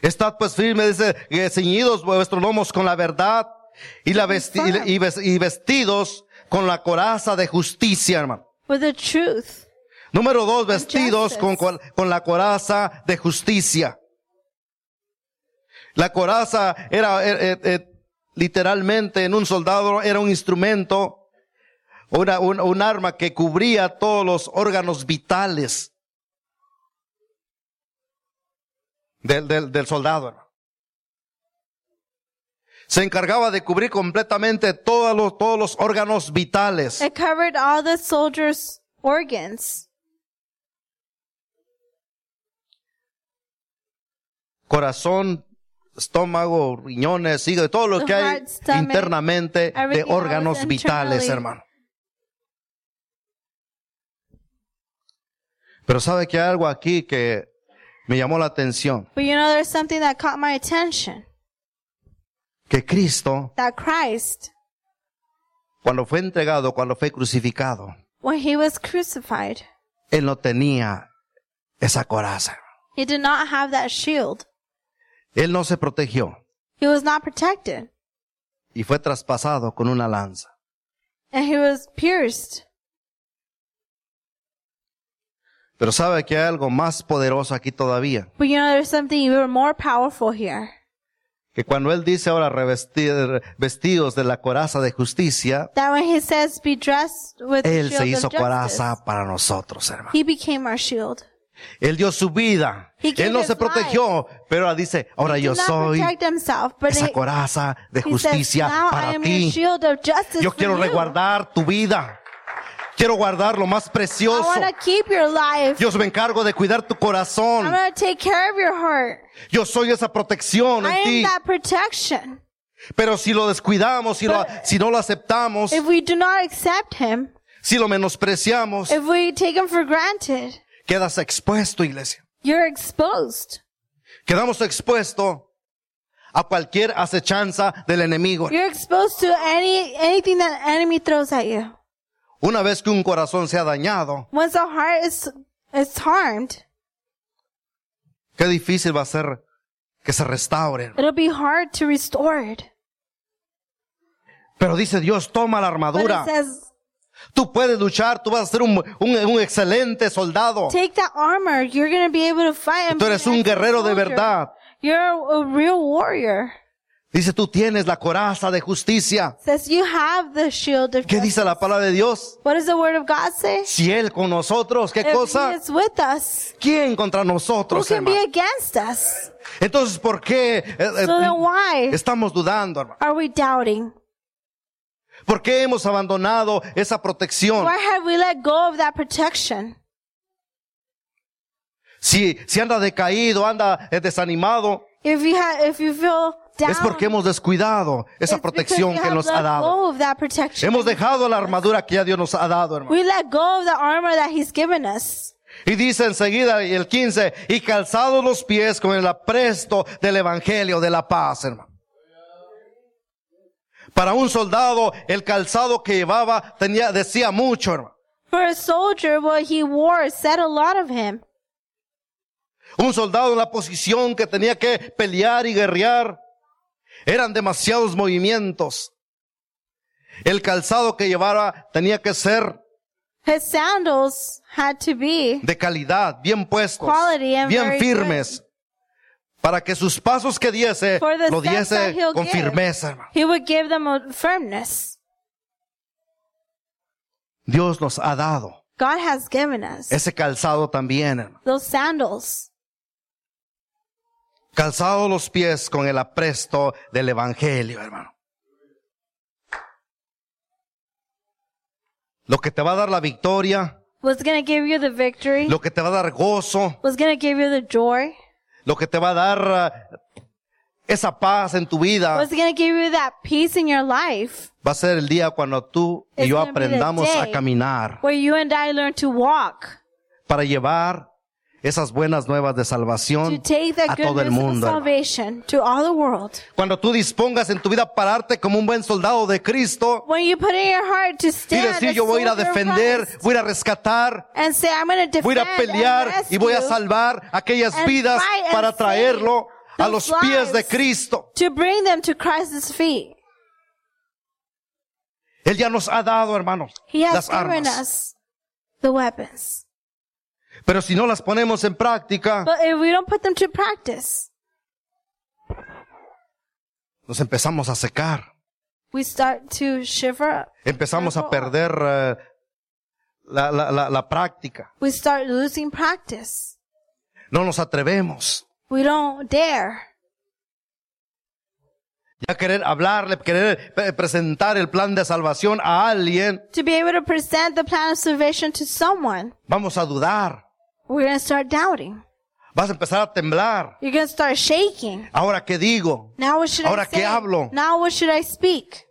S1: Estad pues firme, dice, eh, ceñidos vuestros lomos con la verdad y, la vesti- y la- y ves- y vestidos con la coraza de justicia, hermano.
S2: With the truth.
S1: Número dos, vestidos
S2: justice.
S1: con, cual- con la coraza de justicia. La coraza era eh, eh, eh, literalmente en un soldado era un instrumento, una- un, un arma que cubría todos los órganos vitales del, del- del soldado. hermano. Se encargaba de cubrir completamente todos los, todos los órganos vitales.
S2: It covered all the soldiers' organs.
S1: corazón, estómago, riñones, hígado, todo lo
S2: The
S1: que hay
S2: heart, stomach,
S1: internamente de
S2: everything that
S1: órganos
S2: was
S1: vitales,
S2: internally.
S1: hermano. Pero sabe que hay algo aquí que me llamó la atención,
S2: But you know, there's something that caught my attention.
S1: que Cristo,
S2: That Christ,
S1: cuando fue entregado, cuando fue crucificado,
S2: when he was crucified,
S1: él no tenía esa coraza.
S2: he did not have that shield.
S1: Él no se protegió
S2: He was not protected.
S1: y fue traspasado con una lanza.
S2: And he was pierced.
S1: Pero sabe que hay algo más poderoso aquí todavía.
S2: But you know, there's something even more powerful here.
S1: que cuando él dice ahora revestir, vestidos de la coraza de justicia,
S2: That when he says, be dressed with the
S1: él
S2: shield
S1: se hizo
S2: of justice,
S1: coraza para nosotros, hermano.
S2: he became our shield.
S1: Él dio su vida.
S2: He gave
S1: Él no
S2: his
S1: se protegió, pero ahora dice, ahora
S2: He
S1: yo
S2: did not
S1: soy
S2: protect himself, but
S1: esa
S2: he-
S1: coraza de
S2: he says,
S1: justicia
S2: now I
S1: para
S2: am your
S1: ti.
S2: shield of justice
S1: Yo
S2: for
S1: quiero
S2: you.
S1: resguardar tu vida. Quiero guardar lo más
S2: I
S1: precioso.
S2: want to keep your life.
S1: Yo me encargo de cuidar tu corazón.
S2: I'm going to take care of your heart.
S1: Yo soy esa protección
S2: I
S1: en
S2: am
S1: ti.
S2: that protection.
S1: Pero si lo descuidamos, si, lo,
S2: But-
S1: si no lo aceptamos,
S2: If we do not accept him,
S1: si lo menospreciamos,
S2: if we take him for granted,
S1: quedas expuesto, iglesia.
S2: you're exposed.
S1: Quedamos expuestos a cualquier acechanza del enemigo.
S2: You're exposed to any anything that enemy throws at you.
S1: Una vez que un corazón sea dañado,
S2: Once the heart is is harmed,
S1: qué difícil va a ser que se restaure.
S2: it'll be hard to restore it.
S1: Pero dice Dios, toma la
S2: But it
S1: armadura.
S2: says,
S1: Tú puedes luchar, tú vas a ser un, un- un excelente soldado.
S2: take that armor. You're gonna be able to fight. and
S1: Tú
S2: be
S1: eres
S2: an
S1: un
S2: excellent
S1: guerrero de
S2: soldier.
S1: verdad.
S2: You're a real warrior.
S1: Dice, tú tienes la coraza de justicia.
S2: It says you have the shield of
S1: ¿Qué
S2: justice.
S1: dice la palabra de Dios?
S2: What does the word of God say?
S1: Si Él con nosotros, ¿qué
S2: If he
S1: cosa?
S2: is with us,
S1: ¿Quién contra
S2: who
S1: nosotros,
S2: can be
S1: hermano?
S2: against us?
S1: Entonces, ¿por qué eh, eh,
S2: So then why
S1: estamos dudando, hermano?
S2: are we doubting?
S1: ¿Por qué hemos abandonado esa protección?
S2: Why have we let go of that protection?
S1: Si, si anda decaído, anda eh, desanimado,
S2: If you have, if you feel down,
S1: es porque hemos descuidado esa
S2: it's because
S1: protección
S2: you
S1: que
S2: have
S1: nos
S2: let
S1: ha dado.
S2: go of that protection.
S1: Hemos dejado la armadura que ya Dios nos ha dado, hermano.
S2: We let go of the armor that He's given us.
S1: Y dice enseguida y el 15, y calzados los pies con el apresto del Evangelio de la paz, hermano. Para un soldado, el calzado que llevaba tenía, decía mucho, hermano.
S2: For a soldier, what he wore said a lot of him.
S1: Un soldado en la posición que tenía que pelear y guerrear. Eran demasiados movimientos. El calzado que llevara tenía que ser
S2: His sandals had to be
S1: de calidad, bien puestos,
S2: Quality and
S1: bien
S2: very
S1: firmes, para que sus pasos que diese
S2: For the
S1: lo
S2: steps that
S1: diese
S2: he'll
S1: con
S2: give.
S1: firmeza. hermano.
S2: He would give them a firmness.
S1: Dios nos ha dado
S2: God has given us
S1: ese calzado también. hermano.
S2: those sandals.
S1: Calzado los pies con el apresto del Evangelio, hermano. Lo que te va a dar la victoria
S2: Was gonna give you the victory.
S1: lo que te va a dar gozo,
S2: Was gonna give you the joy.
S1: lo que te va a dar ah, esa paz en tu vida
S2: What's going to give you that peace in your life
S1: va a ser el día cuando tú y
S2: It's
S1: yo
S2: gonna be the
S1: aprendamos a
S2: day.
S1: caminar
S2: where you and I learn to walk,
S1: para llevar esas buenas nuevas de
S2: to
S1: salvación
S2: take that
S1: a todo
S2: good
S1: el
S2: news of
S1: mundo. hermano.
S2: salvation to all the world?
S1: Cuando tú dispongas en tu vida a pararte como un buen soldado de Cristo
S2: When you put in your heart to
S1: y
S2: stand
S1: decir
S2: as
S1: yo voy a ir a
S2: soldier of
S1: defender,
S2: Christ
S1: voy a ir a rescatar,
S2: and say, I'm going to
S1: voy a
S2: defend
S1: ir a pelear
S2: and
S1: y voy a
S2: rescue
S1: salvar aquellas
S2: and
S1: vidas
S2: fight and
S1: para
S2: save
S1: traerlo a los
S2: those
S1: pies de
S2: lives.
S1: Cristo.
S2: to bring them to Christ's feet.
S1: Él ya nos ha dado, hermanos,
S2: He has
S1: las
S2: given
S1: armas.
S2: us the weapons.
S1: Pero si no las ponemos en práctica,
S2: But if we don't put them to practice,
S1: nos empezamos a secar,
S2: we start to shiver up.
S1: empezamos a
S2: Luego-
S1: perder eh, la, la- la- la práctica,
S2: We start losing practice.
S1: no nos atrevemos.
S2: We don't dare.
S1: Ya querer hablarle, querer eh, presentar el plan de salvación a alguien,
S2: To be able to present the plan of salvation to someone,
S1: vamos a dudar,
S2: we're going to start doubting.
S1: vas a empezar a temblar.
S2: You're going to start shaking.
S1: Ahora, ¿qué digo?
S2: Now what should
S1: Ahora,
S2: I say?
S1: ¿qué hablo?
S2: Now what should I speak?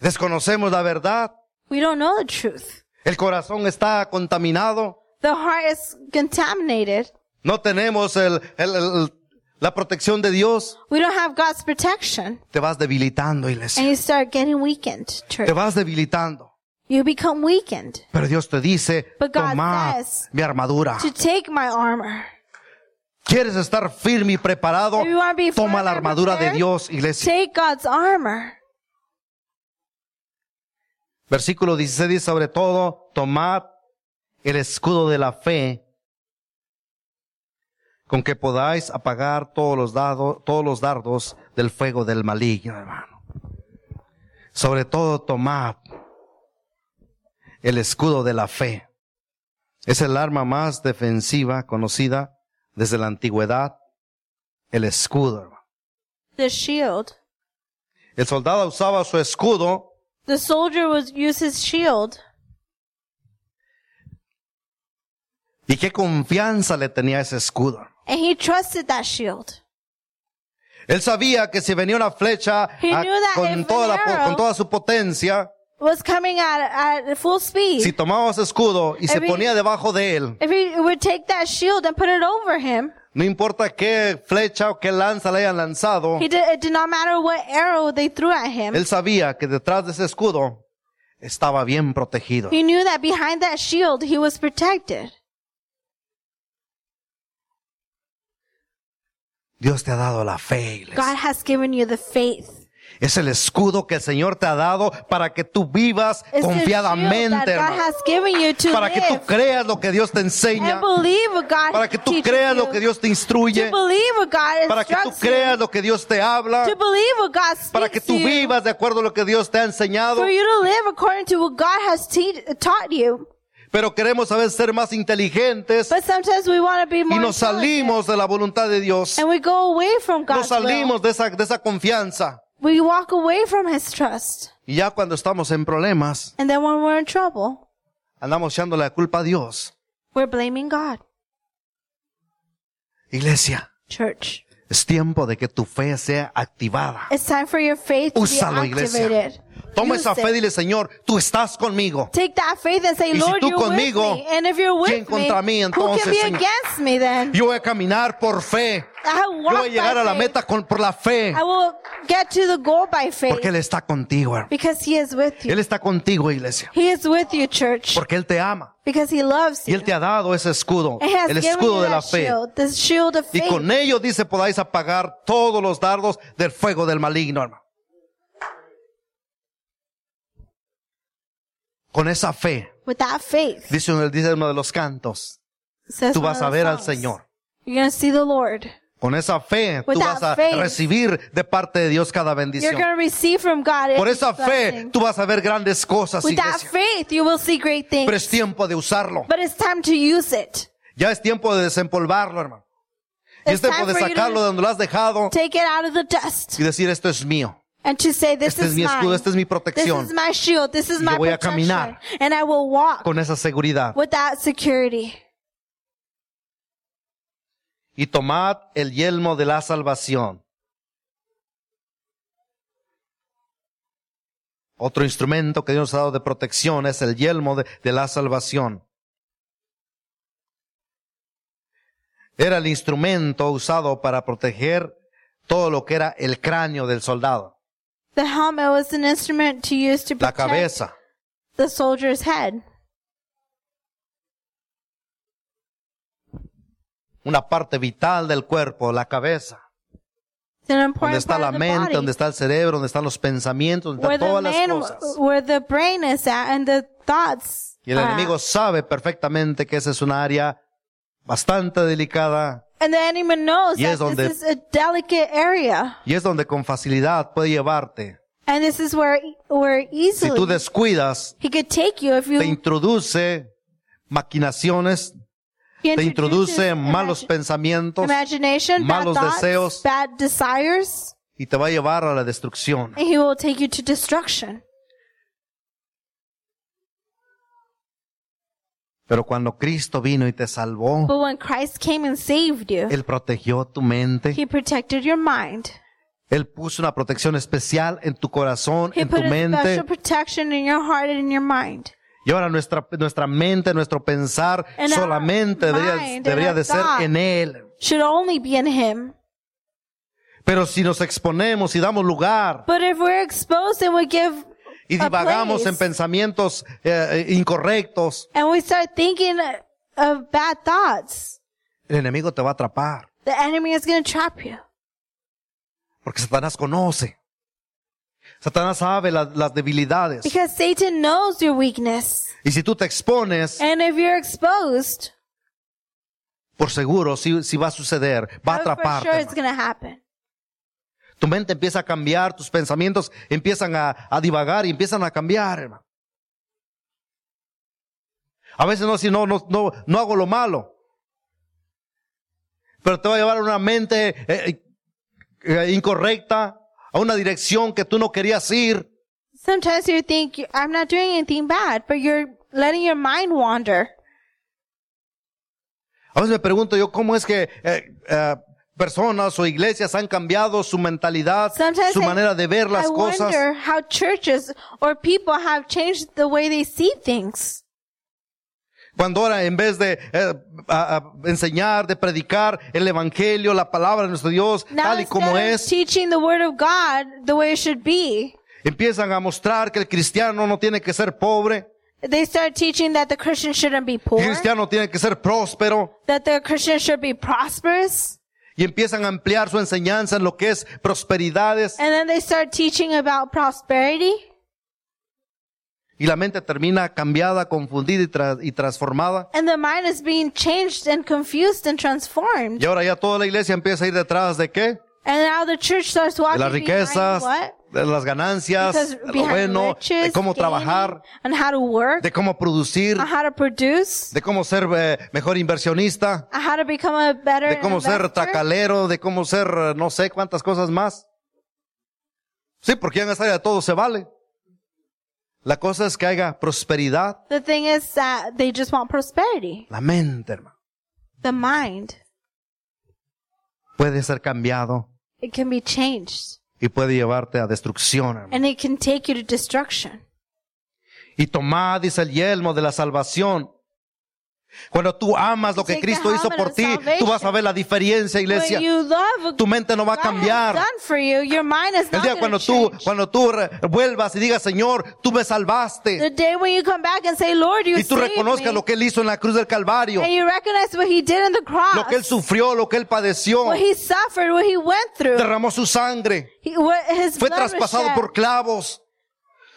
S1: Desconocemos la verdad,
S2: We don't know the truth.
S1: el corazón está contaminado,
S2: The heart is contaminated.
S1: no tenemos el- el- el- la protección de Dios,
S2: We don't have God's protection.
S1: te vas debilitando, iglesia,
S2: And you start getting weakened,
S1: te
S2: church.
S1: vas debilitando.
S2: You become weakened.
S1: Pero Dios te dice,
S2: But God
S1: toma
S2: says
S1: mi armadura.
S2: To take my armor.
S1: ¿Quieres estar firme y preparado?
S2: If you wanna be
S1: Toma
S2: firm
S1: la
S2: and
S1: armadura de
S2: prepared,
S1: Dios, iglesia.
S2: Take God's armor.
S1: Versículo 16 dice, sobre todo, tomad el escudo de la fe con que podáis apagar todos los, dado- todos los dardos del fuego del maligno, hermano. Sobre todo, tomad el escudo de la fe. Es el arma más defensiva conocida desde la antigüedad, el escudo. hermano.
S2: The shield.
S1: El soldado usaba su escudo
S2: The soldier would use his shield.
S1: y qué confianza le tenía ese escudo.
S2: And he trusted that shield.
S1: Él sabía que si venía una flecha
S2: He
S1: ah,
S2: knew that
S1: con,
S2: if
S1: toda
S2: an
S1: la po-
S2: arrow-
S1: con toda su potencia,
S2: Was coming at, at full speed.
S1: si tomaba ese escudo y se
S2: Every-
S1: ponía debajo de él,
S2: If he would take that shield and put it over him,
S1: no importa qué flecha o qué lanza le hayan lanzado,
S2: he did, it did not matter what arrow they threw at him.
S1: él sabía que detrás de ese escudo estaba bien protegido.
S2: He knew that behind that shield, he was protected.
S1: Dios te ha dado la fe. iglesia.
S2: God has given you the faith.
S1: Es el escudo que el Señor te ha dado para que tú vivas
S2: It's the shield that
S1: confiadamente,
S2: God
S1: hermano.
S2: has given you to
S1: Para que tú
S2: live
S1: creas lo que Dios te
S2: and
S1: enseña.
S2: believe what God
S1: Para que tú
S2: teaches
S1: creas
S2: you.
S1: lo que Dios te
S2: to
S1: instruye.
S2: believe what God
S1: Para que tú
S2: instructs you.
S1: creas lo que Dios te habla.
S2: to believe what God speaks
S1: para que tú
S2: to you,
S1: vivas de acuerdo a lo que Dios te ha enseñado,
S2: for you to live according to what God has te- taught you.
S1: pero queremos a veces ser más inteligentes
S2: But sometimes we want to be more
S1: y nos
S2: intelligent,
S1: salimos de la voluntad de Dios,
S2: and we go away from
S1: nos
S2: God's will.
S1: salimos de esa, de esa confianza
S2: We walk away from His trust,
S1: y ya cuando estamos en problemas
S2: and then when we're in trouble,
S1: andamos echando la culpa a Dios.
S2: we're blaming God.
S1: Iglesia,
S2: Church,
S1: es tiempo de que tu fe sea activada.
S2: it's time for your faith to
S1: Úsalo,
S2: be
S1: iglesia.
S2: activated.
S1: Toma
S2: Use
S1: esa fe y
S2: it.
S1: dile, Señor, tú estás conmigo.
S2: Take that faith and say,
S1: Y si
S2: Lord,
S1: tú
S2: you're
S1: conmigo,
S2: with me. And if you're
S1: ¿quién
S2: with me,
S1: contra mí,
S2: who
S1: entonces,
S2: can be
S1: Señor?
S2: against me then?
S1: Yo voy a caminar por fe.
S2: I
S1: Yo
S2: walk
S1: voy a llegar
S2: by
S1: a la
S2: faith.
S1: meta con, por la fe.
S2: I will get to the goal by faith
S1: Porque Él está contigo. hermano.
S2: because He is with you.
S1: Él está contigo, iglesia.
S2: He is with you, church,
S1: Porque Él te ama.
S2: because He loves
S1: Y
S2: you.
S1: Él te ha dado ese escudo,
S2: And He has
S1: el
S2: given you
S1: escudo de la
S2: that
S1: fe.
S2: shield, the shield of
S1: Y
S2: faith.
S1: con ello dice podáis apagar todos los dardos del fuego del maligno, hermano. Con esa fe,
S2: With that faith,
S1: dice uno, dice uno de los cantos,
S2: says
S1: tú
S2: one
S1: vas
S2: of
S1: a
S2: the
S1: ver al
S2: songs.
S1: Señor.
S2: You're going to see the Lord.
S1: Con esa fe,
S2: With
S1: tú
S2: that
S1: vas a
S2: faith,
S1: recibir de parte de Dios cada
S2: You're
S1: bendición.
S2: going to receive from God.
S1: Por
S2: every
S1: esa fe,
S2: blessing.
S1: tú vas a ver grandes cosas,
S2: With that
S1: iglesia.
S2: faith, you will see great things.
S1: Pero es tiempo de usarlo.
S2: But it's time to use it.
S1: Ya es tiempo de desempolvarlo, hermano. Y es
S2: It's
S1: tiempo
S2: time
S1: de
S2: for you
S1: sacarlo de
S2: to
S1: donde lo has dejado
S2: take it out of the dust
S1: y decir, esto es mío.
S2: and to say, this
S1: Este es
S2: is
S1: mi escudo,
S2: mine.
S1: esta es mi
S2: This
S1: protección.
S2: is my shield. This is
S1: Y yo
S2: my
S1: voy a
S2: protection.
S1: caminar.
S2: And I will walk
S1: Con esa seguridad.
S2: with that security.
S1: Y tomad el yelmo de la salvación Otro instrumento que Dios nos ha dado de protección es el yelmo de, de la salvación. Era el instrumento usado para proteger todo lo que era el cráneo del soldado,
S2: The helmet was an instrument to use to
S1: la
S2: protect
S1: cabeza.
S2: the soldier's head.
S1: una parte vital del cuerpo, la cabeza,
S2: It's an
S1: donde
S2: important
S1: está
S2: part
S1: la
S2: of the
S1: mente,
S2: body.
S1: donde está el cerebro, donde están los pensamientos, donde
S2: where
S1: están
S2: the
S1: todas las
S2: man,
S1: cosas.
S2: where the brain is at, and the thoughts.
S1: Y el
S2: are
S1: enemigo
S2: at.
S1: sabe perfectamente que esa es una área bastante delicada
S2: And the enemy knows
S1: Y es
S2: that
S1: donde-
S2: this is a delicate area,
S1: y es donde con facilidad puede llevarte.
S2: and this is where where
S1: Si tú
S2: easily
S1: descuidas,
S2: he could take you if you
S1: te introduce maquinaciones,
S2: he
S1: te
S2: introduces
S1: introduce
S2: imagi-
S1: malos pensamientos
S2: imagination, bad
S1: malos
S2: thoughts,
S1: deseos.
S2: bad desires,
S1: y te va a llevar a la destrucción.
S2: and he will take you to destruction.
S1: Pero cuando Cristo vino y te salvó,
S2: But when Christ came and saved you,
S1: Él protegió tu mente.
S2: he protected your mind.
S1: Él puso una protección especial en tu corazón,
S2: He
S1: en tu
S2: put a
S1: mente.
S2: special protection in your heart and in your mind.
S1: Y ahora nuestra, nuestra mente, nuestro pensar
S2: And our
S1: solamente debería,
S2: mind
S1: debería
S2: and
S1: de
S2: our
S1: ser
S2: thought.
S1: en Él.
S2: Should only be in him.
S1: Pero si nos exponemos y damos lugar
S2: But if we're exposed and we give
S1: y
S2: a
S1: divagamos en
S2: place,
S1: pensamientos eh, eh, incorrectos,
S2: and we start thinking of bad thoughts,
S1: el enemigo te va a atrapar.
S2: the enemy is going to trap you.
S1: Porque Satanás conoce. Satanás sabe la- las debilidades.
S2: Because Satan knows your weakness.
S1: Y si tú te expones,
S2: And if you're exposed,
S1: por seguro, si, va a suceder, va a
S2: I'm for
S1: atraparte.
S2: sure
S1: hermano.
S2: it's going to happen.
S1: Tu mente empieza a cambiar, tus pensamientos empiezan a, a divagar y empiezan a cambiar, hermano. A veces no, si no, no, no, no hago lo malo. Pero te va a llevar a una mente eh, eh, eh, incorrecta, a una dirección que tú no querías ir.
S2: Sometimes you think, I'm not doing anything bad, but you're letting your mind wander.
S1: A veces me pregunto yo cómo es que eh, eh, personas o iglesias han cambiado su mentalidad,
S2: Sometimes
S1: su
S2: I-
S1: manera de ver las
S2: I
S1: cosas.
S2: wonder how churches or people have changed the way they see things.
S1: Cuando ahora en vez de eh, a- a enseñar, de predicar el evangelio, la palabra de nuestro Dios,
S2: Now
S1: tal y como
S2: instead of
S1: es,
S2: teaching the word of God the way it should be,
S1: empiezan a mostrar que el cristiano no tiene que ser pobre,
S2: they start teaching that the Christian shouldn't be poor,
S1: el cristiano tiene que ser próspero,
S2: that the Christian should be prosperous,
S1: y empiezan a ampliar su enseñanza en lo que es prosperidades,
S2: and then they start teaching about prosperity,
S1: y la mente termina cambiada, confundida y, tra- y transformada.
S2: and the mind is being changed and confused and transformed.
S1: Y ahora ya toda la iglesia empieza a ir detrás de qué?
S2: And now the church starts
S1: De
S2: walking
S1: las
S2: behind
S1: riquezas,
S2: what?
S1: de las ganancias,
S2: Because
S1: de lo
S2: behind
S1: bueno,
S2: riches,
S1: de cómo
S2: gaining,
S1: trabajar,
S2: and how to work,
S1: de cómo producir,
S2: on how to produce,
S1: de cómo ser eh, mejor inversionista.
S2: on how to become a better
S1: de cómo ser
S2: investor.
S1: tracalero, de cómo ser eh, no sé cuántas cosas más. Sí, porque en esta área todo se vale. La cosa es que haya prosperidad,
S2: The thing is that they just want prosperity.
S1: la mente, hermano.
S2: The mind,
S1: Puede ser cambiado
S2: it can be changed
S1: y puede llevarte a destrucción, hermano.
S2: and it can take you to destruction.
S1: Y tomad, dice el yelmo de la salvación. Cuando tú amas lo que
S2: Take the
S1: Cristo hizo
S2: helmet
S1: por
S2: of
S1: ti, tú
S2: salvation.
S1: vas a ver la diferencia, iglesia.
S2: When you love what
S1: Tu mente no va a
S2: God has
S1: cambiar.
S2: done for you, your mind is
S1: El
S2: not
S1: día
S2: going
S1: cuando
S2: to
S1: tú,
S2: change.
S1: cuando tú re- vuelvas y digas, Señor, tú me salvaste.
S2: The day when you come back and say, Lord, you
S1: y tú
S2: saved
S1: reconozcas
S2: me,
S1: lo que él hizo en la cruz del Calvario,
S2: and you recognize what he did on the cross,
S1: lo que él sufrió, lo que él padeció,
S2: what he suffered, what he went through,
S1: derramó su sangre,
S2: he, what his
S1: fue
S2: blood was
S1: traspasado
S2: shed.
S1: por clavos,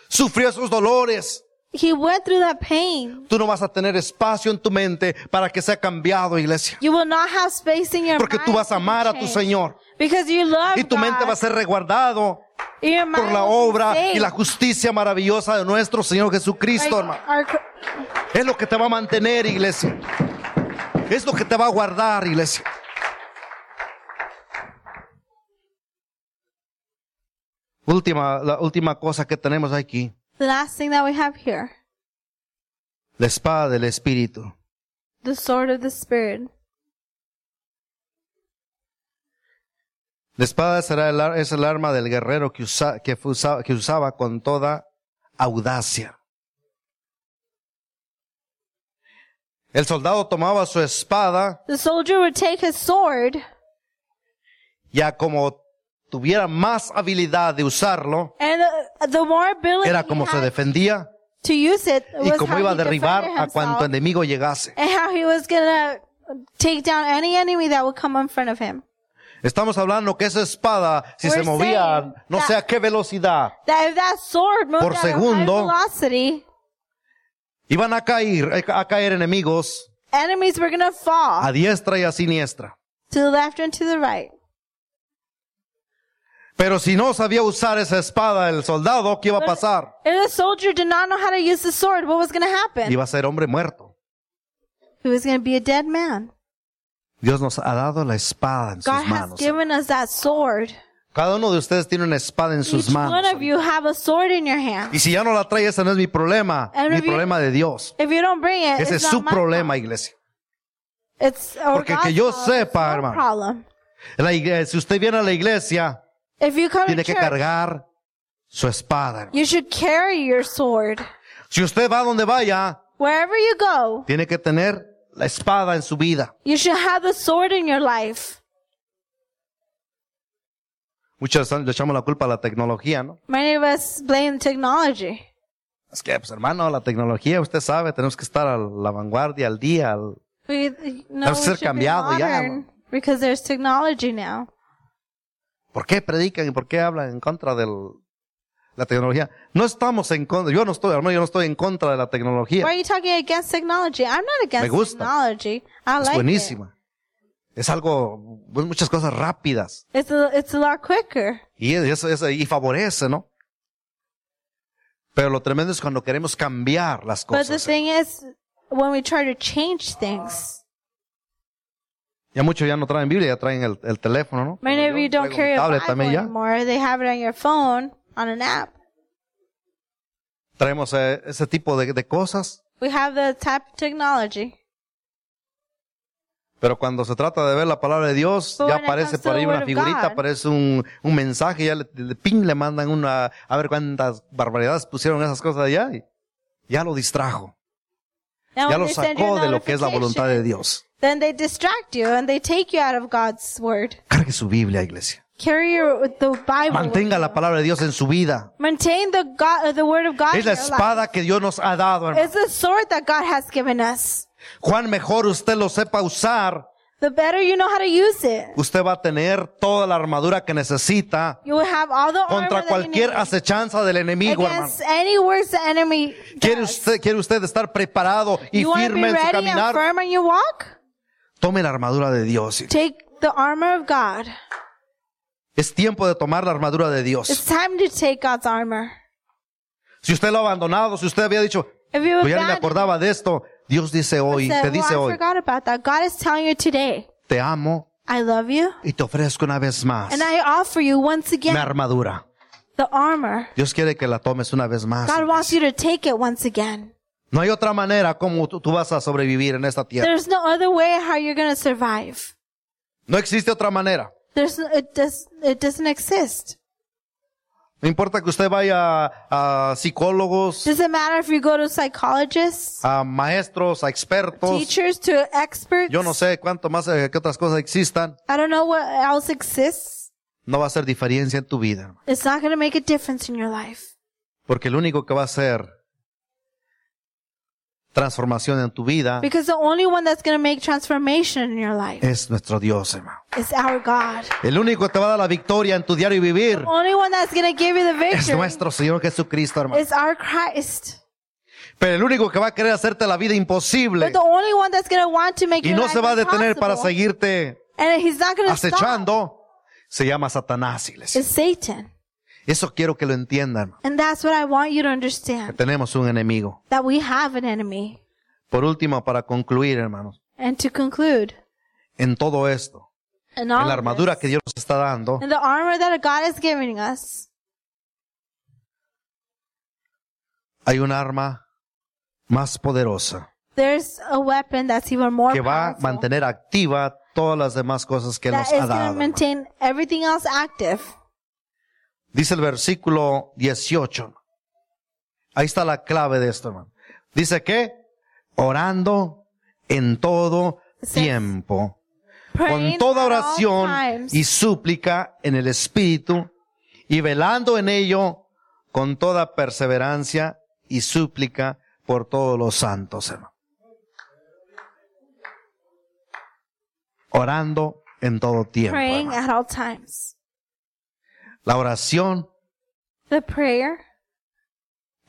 S1: sufrió esos dolores.
S2: He went through that pain.
S1: Tú no vas a tener espacio en tu mente para que sea cambiado, iglesia,
S2: You will not have space in your
S1: porque
S2: mind
S1: tú vas
S2: to
S1: a
S2: be
S1: amar a tu
S2: changed.
S1: Señor
S2: Because you love
S1: y tu mente
S2: God,
S1: va a ser resguardado
S2: your mind
S1: por la
S2: will be
S1: obra y
S2: saved.
S1: la justicia maravillosa de nuestro Señor Jesucristo,
S2: Like,
S1: hermano.
S2: our-
S1: Es lo que te va a mantener, iglesia. Es lo que te va a guardar, iglesia. Última, la última cosa que tenemos aquí,
S2: the last thing that we have here,
S1: la espada del Espíritu.
S2: the sword of the Spirit.
S1: La espada será el, ar- es el arma del guerrero que, usa- que, fue usa- que usaba con toda audacia. El soldado tomaba su espada
S2: The soldier would take his sword,
S1: ya como tuviera más habilidad de usarlo,
S2: and the, the more ability
S1: era
S2: he
S1: como se
S2: had
S1: defendía
S2: to use it
S1: y
S2: was
S1: como
S2: how
S1: iba a
S2: he defended
S1: derribar a
S2: himself
S1: cuanto enemigo llegase.
S2: and how he was gonna take down any enemy that would come in front of him.
S1: Estamos hablando que esa espada, si se
S2: We're
S1: movía
S2: saying
S1: no sé a
S2: that-
S1: qué velocidad,
S2: That if that sword moved
S1: Por
S2: at a high
S1: segundo-
S2: velocity,
S1: iban a caer, eh, a caer enemigos
S2: enemies were gonna fall
S1: a diestra y a siniestra.
S2: to the left and to the right.
S1: Pero si no sabía usar esa espada, el soldado, ¿qué iba
S2: Pues,
S1: a pasar?
S2: If the soldier did not know how to use the sword, what was gonna happen?
S1: Iba a ser hombre muerto.
S2: He was gonna be a dead man.
S1: Dios nos ha dado la espada en
S2: God
S1: sus
S2: has
S1: manos.
S2: given us that sword.
S1: Cada uno de ustedes tiene una espada en sus
S2: Each one
S1: manos.
S2: of you have a sword in your hand.
S1: Y si ya no la trae, ese no es mi problema.
S2: And
S1: Mi
S2: if you-
S1: problema de Dios.
S2: If you don't bring it,
S1: Ese es
S2: it's
S1: su
S2: not my
S1: problema,
S2: fault.
S1: iglesia.
S2: It's or
S1: Porque que
S2: God's
S1: yo
S2: fault. It's
S1: sepa,
S2: your
S1: hermano.
S2: problem.
S1: La iglesia. Si usted viene a la iglesia,
S2: If you come
S1: tiene
S2: to
S1: que
S2: church,
S1: cargar su espada. hermano.
S2: you should carry your sword
S1: Si usted va donde vaya,
S2: wherever you go.
S1: tiene que tener la espada en su vida.
S2: You should have the sword in your life.
S1: Muchas veces le echamos la culpa a la tecnología, ¿no?
S2: Many of us blame technology.
S1: Es que, pues hermano, la tecnología, usted sabe, tenemos que estar a la vanguardia, al día. al-
S2: We you know
S1: Debe
S2: we
S1: ser
S2: should be
S1: cambiado ya,
S2: modern
S1: ¿no?
S2: because there's technology now.
S1: ¿Por qué predican y por qué hablan en contra de la tecnología? No estamos en contra, yo no estoy, hermano, yo no estoy en contra de la tecnología.
S2: Why are you talking against technology? I'm not against
S1: gusta.
S2: technology. I
S1: es
S2: like it.
S1: buenísima. Es algo, pues, muchas cosas rápidas.
S2: It's a, it's a lot quicker.
S1: Y eso, eso- y favorece, ¿no? Pero lo tremendo es cuando queremos cambiar las
S2: But the
S1: cosas.
S2: thing is, when we try to change things,
S1: Ya muchos ya no traen Biblia, ya traen el, el teléfono, ¿no?
S2: many of
S1: Yo
S2: you don't
S1: traigo
S2: carry
S1: un
S2: a
S1: tablet
S2: Bible
S1: también ya.
S2: anymore. They have it on your phone, on an app.
S1: Traemos eh, ese tipo de, de cosas.
S2: We have the type of technology.
S1: Pero cuando se trata de ver la palabra de Dios,
S2: But
S1: ya
S2: when it
S1: aparece
S2: comes
S1: por
S2: to
S1: ahí
S2: the
S1: una
S2: word of
S1: figurita,
S2: God.
S1: aparece un, un mensaje, ya le, le- ping, le mandan una, a ver cuántas barbaridades pusieron esas cosas allá y ya lo distrajo. Ya
S2: Now, when
S1: lo
S2: they send you
S1: sacó
S2: a
S1: de lo que es la voluntad de
S2: notification,
S1: Dios.
S2: Then they distract you and they take you out of God's word.
S1: Cargue su Biblia, iglesia.
S2: Carry your, the Bible. with
S1: Mantenga
S2: you.
S1: la palabra de Dios en su vida.
S2: Maintain the God, uh, the word of God.
S1: Es la
S2: in your life.
S1: espada que Dios nos ha dado, hermano.
S2: It's the sword that God has given us.
S1: Cuán mejor usted lo sepa usar,
S2: The better you know how to use it,
S1: usted va a tener toda la armadura que necesita
S2: you will have all the armor
S1: contra
S2: that you need
S1: cualquier acechanza del enemigo, hermano.
S2: against any works the enemy
S1: ¿Quiere
S2: does.
S1: usted, quiere usted estar preparado y
S2: You want to be
S1: firme en su
S2: ready and
S1: caminar?
S2: firm on your walk?
S1: Tome la armadura de Dios. hijo.
S2: Take the armor of God.
S1: Es tiempo de tomar la armadura de
S2: It's
S1: Dios.
S2: time to take God's armor.
S1: Si usted lo ha abandonado, si usted había dicho,
S2: If
S1: "Yo
S2: you
S1: ya ni me
S2: abandon-
S1: acordaba de esto, Dios dice hoy,
S2: said,
S1: te dice
S2: well, "Oh, I
S1: hoy,
S2: forgot about that. God is telling you today,
S1: te amo
S2: I love you,
S1: y te ofrezco una vez más
S2: and I offer you once again
S1: mi armadura.
S2: the armor.
S1: Dios quiere que la tomes una vez más.
S2: God
S1: iglesia.
S2: wants you to take it once again.
S1: No hay otra manera como tú, tú vas a sobrevivir en esta tierra.
S2: There's no other way how you're gonna survive.
S1: No existe otra manera.
S2: There's it does it doesn't exist.
S1: No importa que usted vaya a, a psicólogos,
S2: Doesn't matter if you go to psychologists,
S1: a maestros, a expertos,
S2: teachers, to experts.
S1: yo no sé cuánto más eh, que otras cosas existan,
S2: I don't know what else exists.
S1: no va a hacer diferencia en tu vida. hermano.
S2: It's not gonna make a difference in your life.
S1: Porque el único que va a hacer transformación en tu vida
S2: Because the only one that's gonna make transformation in your life
S1: es nuestro Dios, hermano.
S2: is our God.
S1: El único que te va a dar la victoria en tu diario vivir
S2: The only one that's gonna give you the
S1: es
S2: victory
S1: nuestro Señor Jesucristo, hermano.
S2: is our Christ.
S1: Pero el único que va a querer hacerte la vida imposible
S2: But the only one that's gonna want to make
S1: y
S2: your
S1: no
S2: life
S1: se va a detener para
S2: impossible,
S1: seguirte
S2: and he's not gonna stop,
S1: acechando se llama Satanás, iglesia.
S2: is Satan.
S1: Eso quiero que lo entiendan, hermano,
S2: And that's what I want you to
S1: que
S2: understand.
S1: tenemos un enemigo.
S2: That we have an enemy.
S1: Por último, para concluir, hermanos,
S2: And to conclude,
S1: en todo esto,
S2: and
S1: en
S2: all
S1: la armadura
S2: this,
S1: que Dios nos está dando,
S2: and the armor that God is giving us,
S1: hay un arma más poderosa
S2: there's a weapon that's even more
S1: que va a
S2: powerful
S1: mantener activa todas las demás cosas que Él
S2: that
S1: nos
S2: is
S1: ha
S2: going
S1: dado.
S2: to
S1: hermano.
S2: maintain everything else active.
S1: Dice el versículo 18. Ahí está la clave de esto, hermano. Dice que orando en todo
S2: Says,
S1: tiempo, con
S2: Praying
S1: toda
S2: at all
S1: oración
S2: times
S1: y súplica en el Espíritu, y velando en ello con toda perseverancia y súplica por todos los santos, hermano. Orando en todo tiempo.
S2: praying
S1: hermano.
S2: at all times.
S1: La oración
S2: The prayer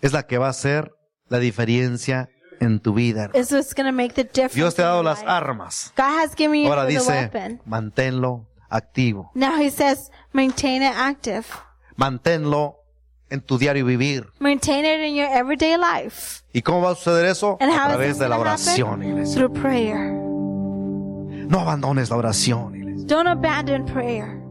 S1: es la que va a hacer la diferencia en tu vida. hermano.
S2: is what's going to make the difference.
S1: Dios te ha dado
S2: in your
S1: las
S2: life.
S1: armas.
S2: God has given you
S1: Ahora
S2: the
S1: dice,
S2: weapon.
S1: manténlo activo.
S2: Now he says, maintain it active.
S1: Manténlo en tu diario vivir.
S2: Maintain it in your everyday life
S1: ¿Y cómo va a suceder eso?
S2: And
S1: A
S2: how is
S1: través
S2: this
S1: de la
S2: gonna happen?
S1: oración, iglesia.
S2: through prayer.
S1: No abandones la oración, iglesia.
S2: Don't abandon prayer.